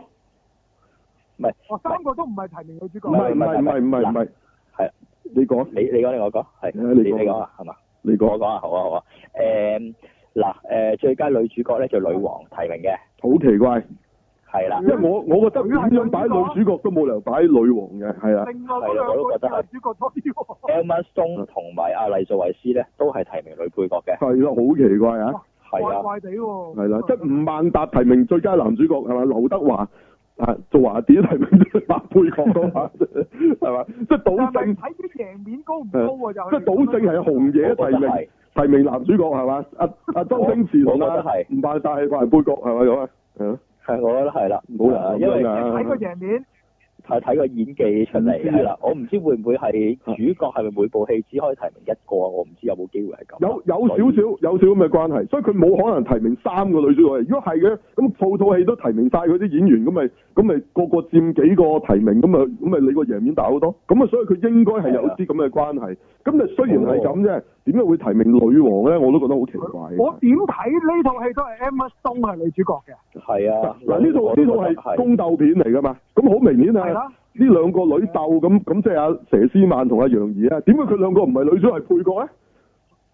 S7: 哦，三個都唔係提名女主角。
S2: 唔係唔係唔係唔係唔係，
S4: 係
S2: 你講
S4: 你你講定我講？係
S2: 啊你
S4: 你
S2: 講
S4: 你講啊，係嘛？
S2: 你
S4: 我
S2: 講，
S4: 講啊，好啊好啊。誒嗱誒，最佳女主角咧就女王提名嘅，
S2: 好奇怪，
S4: 係啦
S2: 因，為我我覺得點樣擺女主角都冇理由擺女王嘅，係啊啦，
S7: 另外
S6: 啊
S7: 嗰兩個都係主角多啲喎。
S4: Emma Stone 同埋阿麗素維斯咧都係提名女配角嘅，
S2: 係啦，好奇怪啊，嗯
S4: 係
S7: 怪
S4: 啦，
S7: 怪地喎。
S2: 係啦，即係吳孟達提名最佳男主角係嘛，劉德華啊做華仔提名最佳配角都嘛， <laughs> 係嘛，即係
S7: 但
S2: 賭
S7: 係
S2: 聖，
S7: 睇啲贏面高唔高啊？就
S2: 即係賭聖係紅
S4: 我
S2: 爺
S4: 覺
S2: 提
S4: 得
S2: 名
S4: 係
S2: 提名男主角係嘛，阿阿周星馳同
S4: 我我覺得
S2: 阿
S4: 係
S2: 吳孟達係扮配角係咪咁啊？係咯，
S4: 係我覺得係啦，
S2: 冇人咁樣㗎啊
S4: 因為
S7: 嗯睇個贏面，
S4: 係睇個演技出嚟係啦。我唔知會唔會係
S2: 啊
S4: 主角係咪每部戲只可以提名一個，我唔知有冇機會係
S7: 啊
S4: 咁。啊
S2: 有有少少有少咁嘅關係，所以佢冇可能提名三個女主角。如果係嘅，咁套套戲都提名晒佢啲演員，咁咪咁咪個個佔幾個提名，咁咪咁咪你個贏面大好多。咁啊，所以佢應該係有啲咁嘅關係。咁啊，雖然係咁
S7: 哦
S2: 啫，點解會提名女王咧？我都覺得好奇怪。
S7: 我點睇呢套戲都係 Emma Stone 係女主角嘅，
S4: 係啊，
S2: 嗱呢
S7: 哦
S2: 套呢套係宮鬥片嚟噶嘛，咁好明顯
S7: 係
S2: 啊！
S7: 啦，
S2: 呢兩個女鬥咁咁即係阿佘詩曼同阿楊怡啊，點解佢兩個唔係女主係配角咧？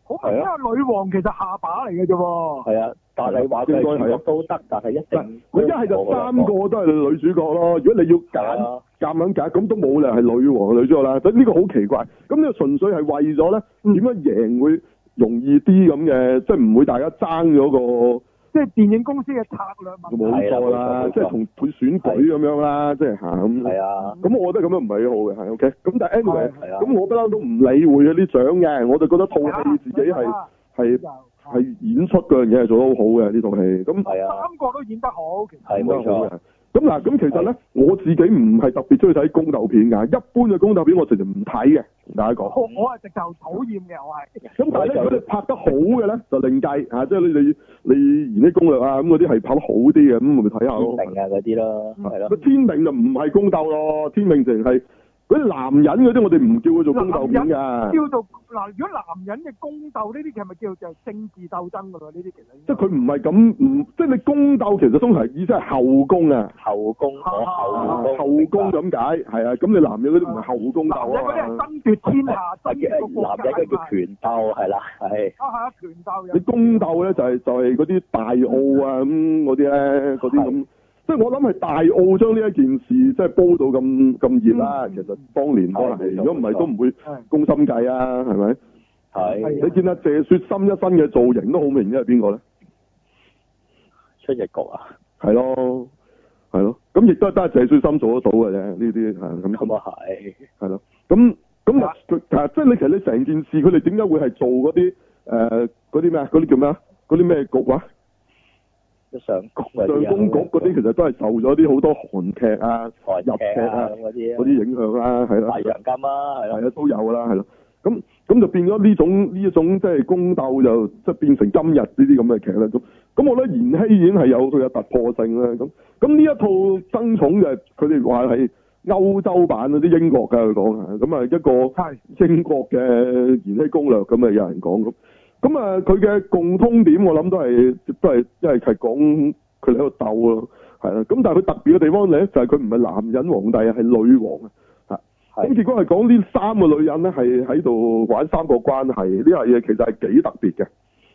S7: 好明
S2: 啊
S7: 顯係女王其實下巴嚟嘅啫
S2: 嗯
S7: 喎。
S4: 係啊，但係話佢係主角都得，但係一定
S2: 佢一係就三個都係女主角咯。如果你要揀
S4: 揀
S2: 夾硬揀，咁都冇理由係女王嘅女主角啦。所以呢個好奇怪。咁呢個純粹係為咗咧點樣贏會容易啲咁嘅，即係唔會大家爭咗個。
S7: 即係電影公司嘅策略問題。
S2: 冇錯啦
S4: 係啦冇錯冇，錯
S2: 即係同佢選舉咁樣啦，即係嚇咁。
S4: 係啊，
S2: 咁我覺得咁樣唔係好嘅，係 OK。咁但係 anyway，
S4: 係啊
S2: 咁我不嬲都唔理會嗰啲獎嘅，我就覺得套
S7: 啊
S2: 戲自己係係
S7: 係
S2: 係啊演出嗰樣嘢係做得好好嘅呢套戲。咁
S4: 係啊，
S7: 三個都演得好，其實
S4: 係冇
S2: 好
S4: 錯
S2: 嘅。咁嗱，咁其實咧，我自己唔係特別中意睇宮鬥片㗎，一般嘅宮鬥片我直情唔睇嘅，同大家講。
S7: 我我係直頭討厭嘅，哦我係
S2: 咁但係咧，如果你拍得好嘅咧，就另計嚇，即係你你你演啲攻略啊，咁嗰啲係拍得好啲嘅，咁咪睇下咯。
S4: 天明啊嗰啲咯，係咯
S2: 個，天命就唔係宮鬥咯，天命淨係嗰啲男人嗰啲，我哋唔叫佢做宮鬥片㗎，
S7: 叫做嗱，如果男人嘅宮鬥呢啲，係咪叫做政治鬥爭㗎咯？呢啲其實
S2: 即係佢唔係咁唔，即係你宮鬥其實通常意思係後宮啊，
S4: 後宮我後宮
S2: 後宮咁解，係啊，咁你男人嗰啲唔係後宮
S7: 男人嗰啲
S2: 鬥
S7: 係
S2: 啊嘛，
S7: 爭奪天下，
S4: 男
S7: 爭
S4: 人
S7: 奪個國家
S4: 嗰叫拳鬥係啦，係
S7: 啊係啊，拳鬥
S2: 你
S7: 有
S2: 宮鬥咧就係就係嗰啲大澳啊咁嗰啲咧嗰啲咁。即係我諗係大澳將呢一件事即係煲到咁咁熱啦，
S7: 嗯
S2: 其實當年可能係，
S4: 係
S2: 如果唔係都唔會
S7: 係
S2: 攻心計啊，係咪？
S4: 係
S2: 你見阿謝雪心一身嘅造型都好明顯係邊個咧？
S4: 出日局啊，
S2: 係咯，係咯，咁亦都係得阿謝雪心做得到嘅啫，呢啲係咁
S4: 咁啊係，
S2: 係咯，咁咁
S7: 啊
S2: 佢啊即係你其實你成件事，佢哋點解會係做嗰啲誒嗰啲咩啊？嗰啲叫咩啊？嗰啲咩局話？
S4: 上宮嗰
S2: 上
S4: 啲啊
S2: 公局嗰啲其實都係受咗啲好多韓劇啊
S4: 韓劇啊咁嗰啲
S2: 嗰啲影響啦，係啦
S4: 大，洋金啊，係
S2: 係
S4: 咯，
S2: 啊都有啦，係咯。咁咁就變咗呢種呢一種即係宮鬥就即係變成今日呢啲咁嘅劇啦。咁咁我覺得延禧已經係有佢有突破性啦。咁咁呢一套爭寵就係佢哋話係歐洲版嗰啲英國㗎，佢講啊，咁啊一個
S7: 係
S2: 英國嘅延禧攻略咁啊，有人講咁。咁啊，佢嘅共通點我諗都係都係即係係講佢哋喺度鬥咯，係啦。咁但係佢特別嘅地方咧，就係佢唔係男人皇帝，係女王啊。咁
S4: 係
S2: 結果係講呢三個女人咧，係喺度玩三角關係，呢樣嘢其實係幾特別嘅。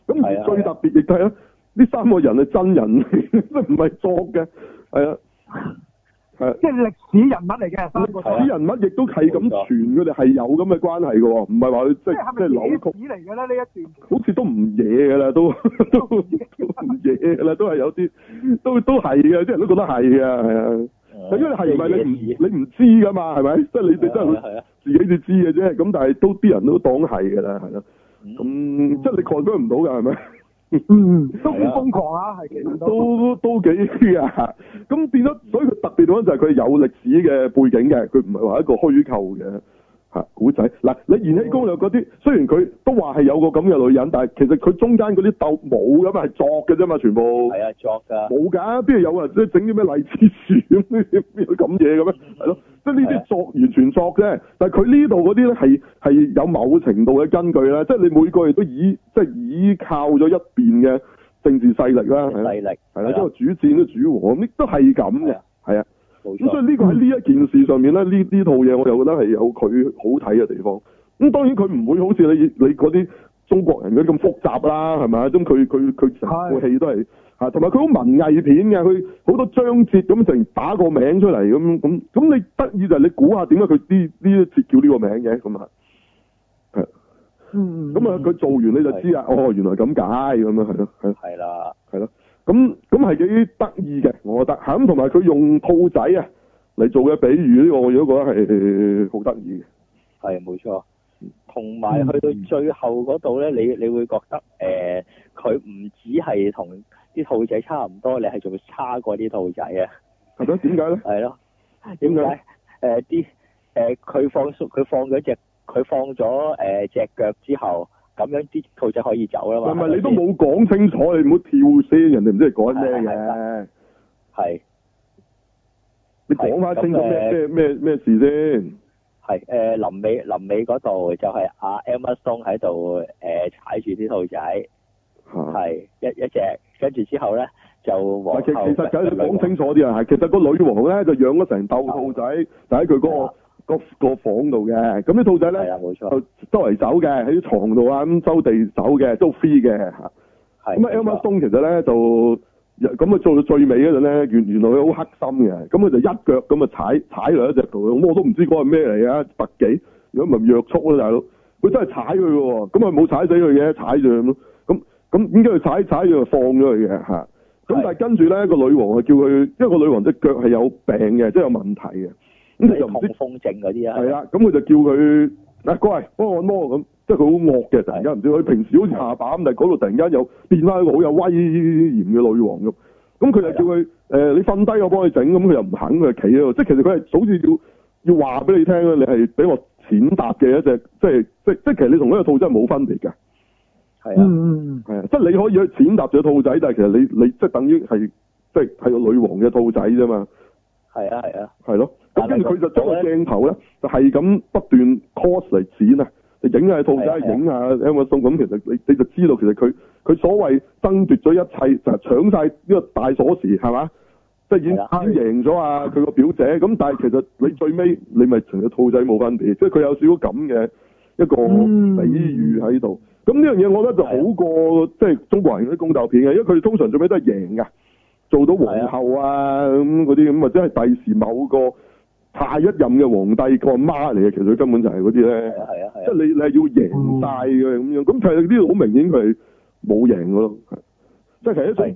S2: 咁
S4: 係啊
S2: 而最特別亦都係咧，呢三個人係真人 <laughs> 嚟，唔係作嘅，係啊，係啊。
S7: 即係歷史人物嚟嘅三個都
S4: 係
S2: 啲
S4: 啊
S7: 係，
S2: 人物亦都係咁
S4: 冇錯
S2: 傳，佢哋係有咁嘅關係嘅喎，唔係話佢即
S7: 即
S2: 係
S7: 係
S2: 即係
S7: 係咪
S2: 扭
S7: 野
S2: 曲，
S7: 史嚟嘅咧？呢一段
S2: 好似都唔嘢嘅啦，都 <laughs> 都都唔嘢嘅啦，都係有啲都都係嘅，啲人都覺得係嘅，係啊。因為係唔係你唔你唔知噶嘛，係咪？即係你哋真係
S4: 嗯係啊，
S2: 自己至知嘅啫，咁但係都啲人都當係㗎啦，係咯。咁、即係你 confirm 唔到㗎，係咪？
S5: Ừ,
S7: 嗯都幾
S4: 係啊
S7: 瘋狂啊，係其實都
S2: 都都幾啊！ <laughs> 咁變咗，所以佢特別地方就係佢有歷史嘅背景嘅，佢唔係話一個虛構嘅嚇古仔。嗱，你《延禧攻略》嗰啲，雖然佢都話係有個咁嘅女人，但係其實佢中間嗰啲鬥冇㗎嘛，係作嘅啫嘛，全部
S4: 係啊作㗎，
S2: 冇㗎，邊度有人即係整啲咩荔 <laughs> 枝樹咁邊有咁嘢嘅咩？係咯，即係呢
S4: 啊
S2: 啲作完全作啫。但係佢呢度嗰啲咧係係有某程度嘅根據啦，即係你每個月都依即係依靠咗一邊嘅政治勢力啦，係啦啊
S4: 勢力
S2: 係啦，因為主戰都主和，咁亦都係咁
S4: 係
S2: 嘅
S4: 啊，
S2: 係啊。
S4: 冇
S2: 咁所
S4: 錯，
S2: 以呢個喺呢一件事上面咧，呢呢套嘢我又覺得係有佢好睇嘅地方。咁當然佢唔會好似你你嗰啲中國人嗰啲咁複雜啦，係咪啊？咁佢佢佢成
S7: 係
S2: 套戲都係嚇，同埋佢好文藝片嘅，佢好多章節咁成打個名出嚟咁咁咁，你得意就係你估下點解佢呢呢一節叫呢個名嘅咁啊？係
S7: 嗯
S2: 咁啊，佢做完你就知啊，哦，原來咁解咁啊樣係咯係咯。
S4: 係啦，
S2: 係咯，咁咁係幾得意嘅，我覺得嚇咁同埋佢用兔仔啊嚟做嘅比喻呢個，我如果覺得係好得意嘅。
S4: 係冇錯。同
S2: 嗯
S4: 埋去到最後嗰度咧，你你會覺得誒，佢唔止係同啲兔仔差唔多，你係仲差過啲兔仔啊！
S2: 係咯，點解咧？
S4: 係咯，點解？誒啲誒佢放鬆佢放咗只佢放咗誒只腳之後，咁樣啲兔仔可以走啦
S2: 唔
S4: 嘛。
S2: 係你都冇講清楚，你唔好跳先，人哋唔知你講緊咩嘅。
S4: 係
S2: 你講翻清楚咩咩咩咩事先？
S4: 係誒臨尾臨尾嗰度就係阿 Emma Stone 喺度誒踩住啲兔仔，
S2: 嚇！
S4: 係一一隻，跟住之後咧就皇
S2: 嗱，
S4: 后
S2: 其其實
S4: 女
S2: 梗係
S4: 王
S2: 講清楚啲啊，係其實個女王咧就養咗成竇兔仔，就喺佢
S4: 係
S2: 嗰
S4: 啊
S2: 個個個房度嘅。咁啲兔仔
S4: 係啊
S2: 咧
S4: 啦，冇錯
S2: 就，周圍走嘅，喺啲床度啊咁周地走嘅，都 free 嘅嚇。
S4: 係
S2: 咁啊
S4: 冇錯
S2: Emma Stone 其實咧就咁啊做到最尾嗰陣咧，原原來佢好黑心嘅，咁佢就一腳咁啊踩踩落一隻度，咁我都唔知嗰係咩嚟啊，特技，如果唔係約束啊啦，大佬，佢真係踩佢嘅喎，咁啊冇踩死佢嘅，踩住佢咁咯，咁咁點解佢踩踩就放咗佢嘅嚇？咁
S4: 係
S2: 但係跟住咧個女王啊叫佢，因為個女王隻腳係有病嘅，即係有問題嘅，咁佢就唔
S4: 痛
S2: 知
S4: 風症嗰啲啊，
S2: 係啦，咁佢就叫佢嗱過嚟哦幫我按摩咁，即係佢好惡嘅，突然間唔知佢平時好似下巴咁，但係嗰度突然間又變翻一個好有威嚴嘅女王咁。咁佢就叫佢誒、呃你瞓低我幫你整，咁佢又唔肯，佢就企喺度。即係其實佢係好似要要話俾你聽咧，你係俾我踐踏嘅一隻，即係即即係其實你同嗰隻兔真係冇分別㗎。
S5: ừ,
S4: 係啊，
S5: 嗯嗯
S2: 係啊，即係你可以去踐踏隻兔仔，但係其實你你即係等於係即係係個女王嘅兔仔啫嘛。
S4: 係啊，係啊，
S2: 係咯，咁跟住佢就將個
S4: 但係個
S2: 鏡頭咧，就係咁不斷 cos 嚟剪啊，就影下兔
S4: 係啊
S2: 仔，
S4: 係啊
S2: 影下 Emma Stone，咁其實你你就知道其實佢佢所謂爭奪咗一切，就係搶晒呢個大鎖匙係嘛，即係已經
S4: 係啊
S2: 已經贏咗啊佢個表姐，咁但係其實你最尾你咪同隻兔仔冇分別，即係佢有少少咁嘅一個
S5: 嗯
S2: 比喻喺度。咁呢樣嘢我覺得就
S4: 啊
S2: 好過即係中國人嗰啲宮鬥片嘅，因為佢哋通常最尾都係贏㗎。做到皇后啊咁嗰啲咁，或者係第時某個下一任嘅皇帝個阿媽嚟嘅，其實佢根本就係嗰啲咧
S4: 係，啊，係啊，
S2: 即係
S4: 係啊，
S2: 你你係要贏晒嘅咁樣，咁其實呢度好明顯佢係冇贏嘅咯，係即係其實一種
S4: 係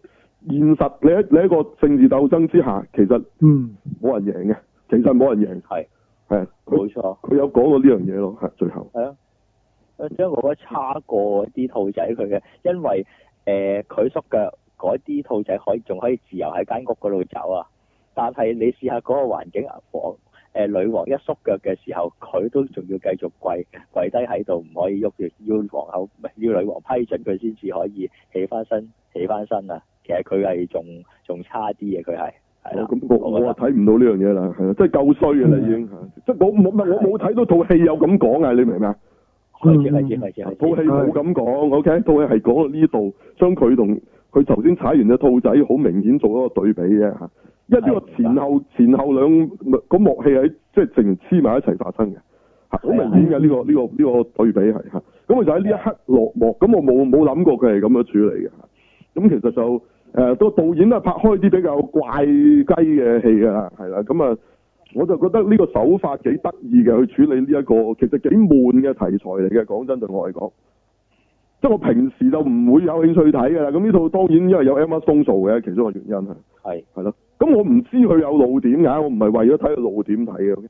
S2: 現實，你喺你喺一個政治鬥爭之下，其實
S5: 嗯，
S2: 冇人贏嘅，其實冇人贏，
S4: 係
S2: 係啊佢
S4: 冇錯。
S2: 佢有講過呢樣嘢咯，係最後
S4: 係啊，即係我覺得差過啲兔仔佢嘅，因為誒佢縮腳嗰啲兔仔可以仲可以自由喺間屋嗰度走啊，但係你試下嗰個環境房。誒、女王一縮腳嘅時候，佢都仲要繼續跪跪低喺度，唔可以喐住，要皇后唔係要女王批准佢先至可以起翻身，起翻身啊！其實佢係仲仲差啲嘅，佢係係啦
S2: 哦。咁我我
S4: 我覺得嗯
S2: 啊睇唔到呢樣嘢啦，係啊，即係夠衰嘅啦已經，係啊即係我我唔係我冇睇到套戲有咁講啊，你明唔明啊？
S4: 開始開始開始開始
S2: 套戲啊冇咁講，OK，套戲係講到呢度，將佢同佢頭先踩完隻兔仔，好明顯做咗個對比啫嚇。因為呢個前後前後兩個幕戲喺即係成黐埋一齊發生嘅，嚇好明顯嘅呢個呢個呢個對比係嚇。咁啊佢就喺呢一刻落幕，咁我冇冇諗過佢係咁樣處理嘅嚇。咁其實就誒個、導演都係啊拍開啲比較怪雞嘅戲㗎啦，係啦，咁啊。我就覺得呢個手法幾得意嘅，去處理呢、一個其實幾悶嘅題材嚟嘅。講真，對我嚟講，即係我平時就唔會有興趣睇㗎啦。咁呢套當然因為有 Emma Stone 做嘅，其中一個原因係
S4: 係
S2: 係咯。咁我唔知佢有露點㗎，我唔係為咗睇佢露點睇嘅。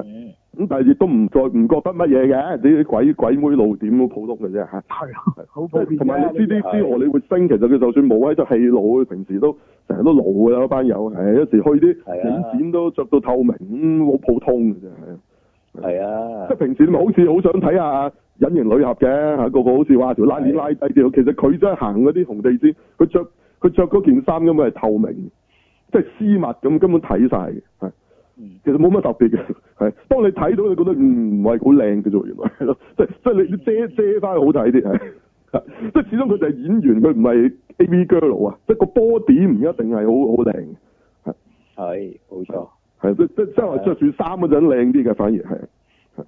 S4: 嗯
S2: 咁但係亦都唔再唔覺得乜嘢嘅，啲鬼鬼妹露點好普通嘅啫嚇。
S7: 係啊，好普遍
S2: 同埋你知呢
S4: 係
S2: 啲荷里活星，其實佢就算冇喺度戲路，佢平時都成日都老㗎啦，嗰班友係有時去啲
S4: 係啊
S2: 影展都着到透明，咁好普通嘅啫係。
S4: 係啊
S2: 即係。平時你咪好似好想睇下隱形女俠嘅嚇，個個好似話條拉鏈拉低啲，其實佢真係行嗰啲紅地氈，佢着佢着嗰件衫根本係透明，即係絲襪咁，根本睇晒嘅，係
S4: 嗯
S2: 其實冇乜特別嘅，係當你睇到你覺得嗯唔係好靚嘅啫喎，原來係 <laughs> 咯，即係即係你你遮遮翻好睇啲係。 <laughs> 即係始終佢就係演員，佢唔係 A.V. girl 啊！即係個 body 唔一定係好好靚嘅，
S4: 係，冇錯，
S2: 係即即即係話着住衫嗰陣靚啲嘅，反而係。
S4: 嗯
S2: 係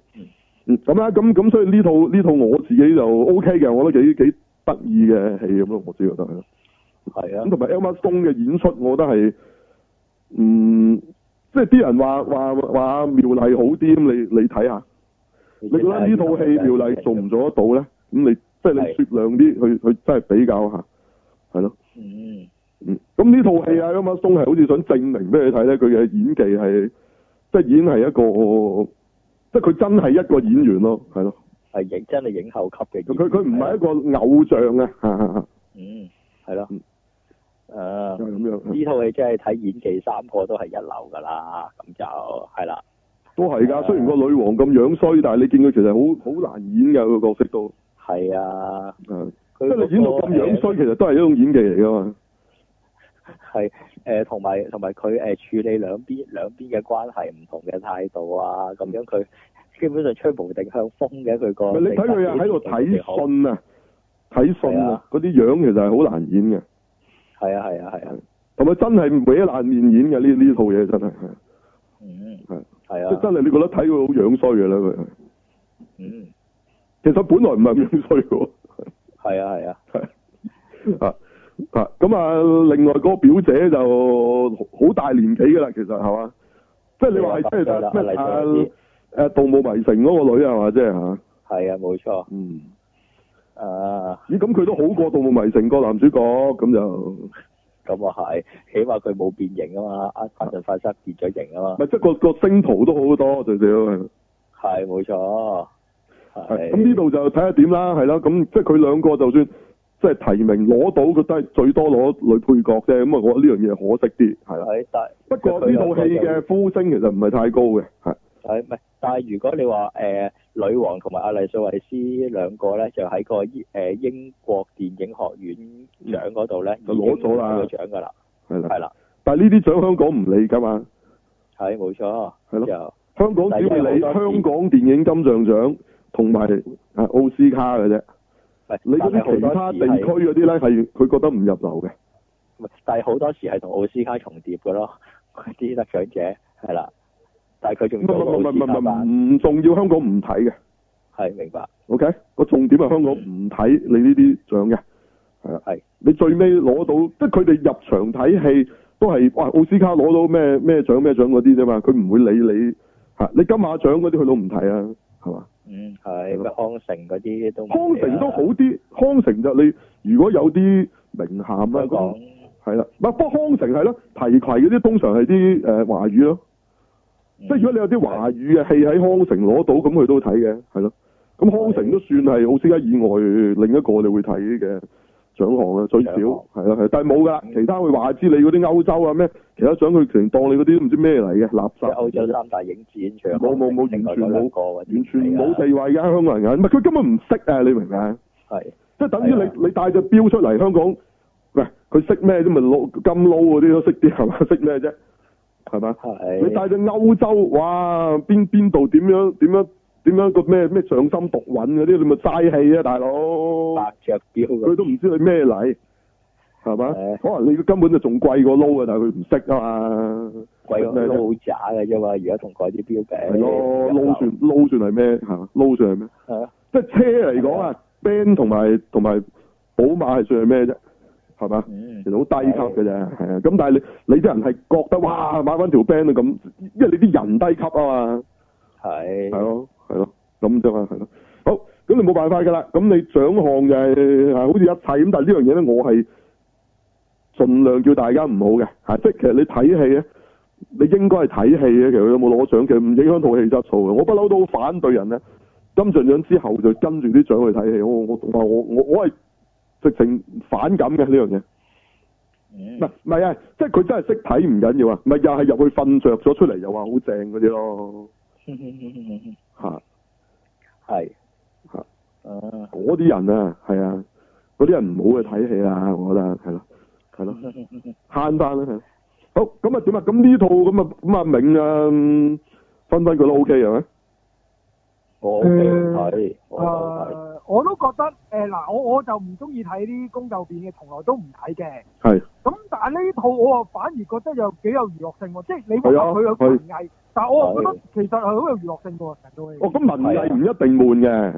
S2: 嗯，咁啦，咁咁所以呢套呢套我自己就 O K 嘅，我覺得幾幾得意嘅戲咁咯，我自己覺得係咯。
S4: 係
S2: 咁
S4: 啊，
S2: 同埋 Emma Stone 嘅演出，我覺得係，嗯，即係啲人話話話妙麗好啲，咁你你睇下，
S4: 你
S2: 你覺得呢套戲妙麗做唔做得到咧？咁你即係你
S4: 係
S2: 雪亮啲去去真係比較下，係咯。
S4: 嗯，
S2: 嗯，咁呢套戲啊，Emma Stone 係好似想證明俾你睇咧，佢嘅演技係即係演係一個，即係佢真係一個演員咯，係咯。
S4: 係影真係影后級嘅演
S2: 佢佢
S4: 員。
S2: 佢唔係一個偶像啊， <laughs> 嚇嚇嚇
S4: 嗯，係啊咯
S2: 嗯，
S4: 啊
S2: 就係咁樣。
S4: 呢套戲真係睇演技三個都係一流㗎啦，咁就係啦，
S2: 都係啊㗎。雖然個女王咁樣衰，但係你見佢其實好好難演㗎個角色都，
S4: 係啊，
S2: 係
S4: 佢
S2: 即係你演到咁樣
S4: 嗰個
S2: 衰，其實都係一種演技嚟㗎嘛。
S4: 係誒，同埋同埋佢誒處理兩邊兩邊嘅關係唔同嘅態度啊，咁樣佢基本上吹無定向風嘅佢個
S2: 咪嗯你
S4: 性格
S2: 睇佢啊喺度睇信啊，睇信
S4: 係
S2: 啊
S4: 啊，
S2: 嗰啲樣其實係好難演嘅，
S4: 係啊係啊係啊，
S2: 同埋真係搲爛面演嘅呢呢套嘢真係，啊係
S4: 嗯
S2: 係
S4: 係
S2: 即係真
S4: 啊，
S2: 係你覺得睇佢好樣衰嘅啦佢。
S4: 嗯
S2: 其實本來唔係咁樣衰嘅
S4: 係啊係啊，
S2: 喎，啊啊咁啊，另外嗰個表姐就好大年紀㗎啦，其實係嘛？即係你話係即
S4: 係啦
S2: 係咩
S4: 黎
S2: 啊
S4: 明嗰啲
S2: 誒《盜墓迷城》嗰個女係嘛？即係嚇，
S4: 係啊冇錯
S2: 嗯，
S4: 啊，
S2: 咦咁佢都好過《盜墓迷城》個男主角咁就。
S4: 咁啊係，起碼佢冇變形啊嘛，阿阿陣快塞變咗形啊嘛，
S2: 咪即係個個星途都好多最少係。
S4: 係冇錯，
S2: 係啊
S4: 係
S2: 咁呢度就睇下點啦，係啦，咁即係佢兩個就算即係提名攞到，佢都係最多攞女配角啫。咁啊，我覺得呢樣嘢可惜啲，係啦。
S4: 係但
S2: 不過呢套戲嘅呼聲其實唔係太高嘅，係
S4: 係唔係？但係如果你話誒、呃女王同埋阿麗素維斯兩個咧，就喺個英誒、呃英國電影學院獎嗰度咧，
S2: 就攞咗啦
S4: 已經攞咗獎㗎啦，
S2: 係
S4: 係
S2: 啦。
S4: 啦，
S2: 但係呢啲獎香港唔理㗎嘛，
S4: 係冇錯，
S2: 係咯
S4: 就
S2: 香港只會理
S4: 但係因為好
S2: 香
S4: 多
S2: 港電影金像獎同埋啊奧斯卡嘅啫。
S4: 唔係
S2: 你嗰
S4: 但係好
S2: 啲其
S4: 多
S2: 他
S4: 時
S2: 地區
S4: 係
S2: 嗰啲咧係佢覺得唔入流嘅。
S4: 唔係但係好多時係同奧斯卡重疊㗎咯，嗰啲得獎者係啦，但係佢
S2: 唔
S4: 仲
S2: 唔
S4: 做
S2: 唔唔
S4: 奧斯卡
S2: 唔
S4: 版，
S2: 唔重要，香港唔睇嘅。
S4: 係明白
S2: OK，個重點係香港唔睇你呢啲獎嘅，係啦。
S4: 係
S2: 你最尾攞到，即係佢哋入場睇戲都係哇奧斯卡攞到咩咩獎咩獎嗰啲啫嘛，佢唔會理你嚇。你金馬獎嗰啲佢都唔睇啊，係嘛？
S4: 嗯係咩康城嗰啲都唔
S2: 康
S4: 理
S2: 城
S4: 啦
S2: 都好啲，康城就你如果有啲名銜啊，
S4: 香
S2: 咁
S4: 港
S2: 係啦。唔係不過康城係咯，提攜嗰啲通常係啲誒華語咯。
S4: 即
S2: 即係如果你有啲華語嘅戲喺康城攞到，咁佢都睇嘅，係咯。咁康城都算係奧斯卡以外另一個你會睇嘅獎項啦，最少係
S4: 獎項嗯
S2: 咯係，但係冇㗎，其他佢話知你嗰啲歐洲啊咩，其他獎佢全當你嗰啲都唔知咩嚟嘅垃
S4: 即係歐洲
S2: 圾，
S4: 三大影展，除咗
S2: 冇冇冇完全
S4: 另外嗰兩
S2: 冇
S4: 個或者
S2: 完全
S4: 係
S2: 冇
S4: 啊
S2: 地位嘅香港人嘅，唔係佢根本唔識啊！你明唔明啊？
S4: 係
S2: 即係等於
S4: 係啊
S2: 你你帶隻錶出嚟香港，喂佢識咩啫？咪攞金撈嗰啲都識啲係嘛？識咩啫？係嘛？
S4: 係
S2: 你帶咗歐洲，哇！邊邊度點樣點樣點樣個咩咩上心毒韻嗰啲，你咪嘥氣啊，大佬！
S4: 白雀標
S2: 佢
S4: 咁，
S2: 都唔知你咩嚟，係嘛
S4: 唉？
S2: 可能你根本就仲貴過撈啊，但係佢唔識啊嘛，
S4: 貴
S2: 咩
S4: 嗰都好渣嘅啫嘛。而家同嗰啲標
S2: 係
S4: 比，
S2: 咯，撈算撈算係咩？係嘛？撈算係咩？
S4: 算
S2: 即係車嚟講啊，Ben 同埋同埋寶馬係算係咩啫？係嘛？
S4: 嗯
S2: 其實好低級嘅啫，係啊。咁但係你你啲人係覺得哇買翻條 Ben 啊咁，因為你啲人低級啊嘛。
S4: 係
S2: 係咯，係咯，咁啫嘛，係咯。好，咁你冇辦法㗎啦。咁你獎項就係、係好似一切咁，但係呢樣嘢咧，我係盡量叫大家唔好嘅，係即係其實你睇戲咧，你應該係睇戲嘅。其實佢有冇攞獎，其實唔影響套戲質素嘅。我不嬲都好反對人咧，金像獎之後就跟住啲獎去睇戲。我我我我我係直情反感嘅呢樣嘢。唔
S4: 嗯
S2: 係唔係啊，即係佢真係識睇唔緊要啊，唔係又係入去瞓着咗出嚟又話好正嗰啲咯嚇。
S4: 係
S2: 嚇
S4: 啊
S2: 嗰啲人啊，係啊，嗰啲人唔好去睇戲啦，我覺得係咯，係
S4: <laughs>
S2: 咯，慳翻啦，係咯好咁啊點啊？咁呢套咁啊咁啊明啊，嗯分分佢都 OK 啊係咪？
S4: 我 OK 睇，我
S7: 誒、
S4: 好
S2: 嗯
S7: 我都覺得誒嗱、我我就唔中意睇啲宮鬥片嘅，從來都唔睇嘅。
S2: 係
S7: 咁但係呢套我啊反而覺得有幾有娛樂性喎，即係你話
S2: 係啊
S7: 佢有
S2: 係
S7: 文藝，但係我啊覺
S4: 係
S7: 得其實係好有娛樂性喎，成套戲。
S2: 哦，咁文藝唔一定悶嘅，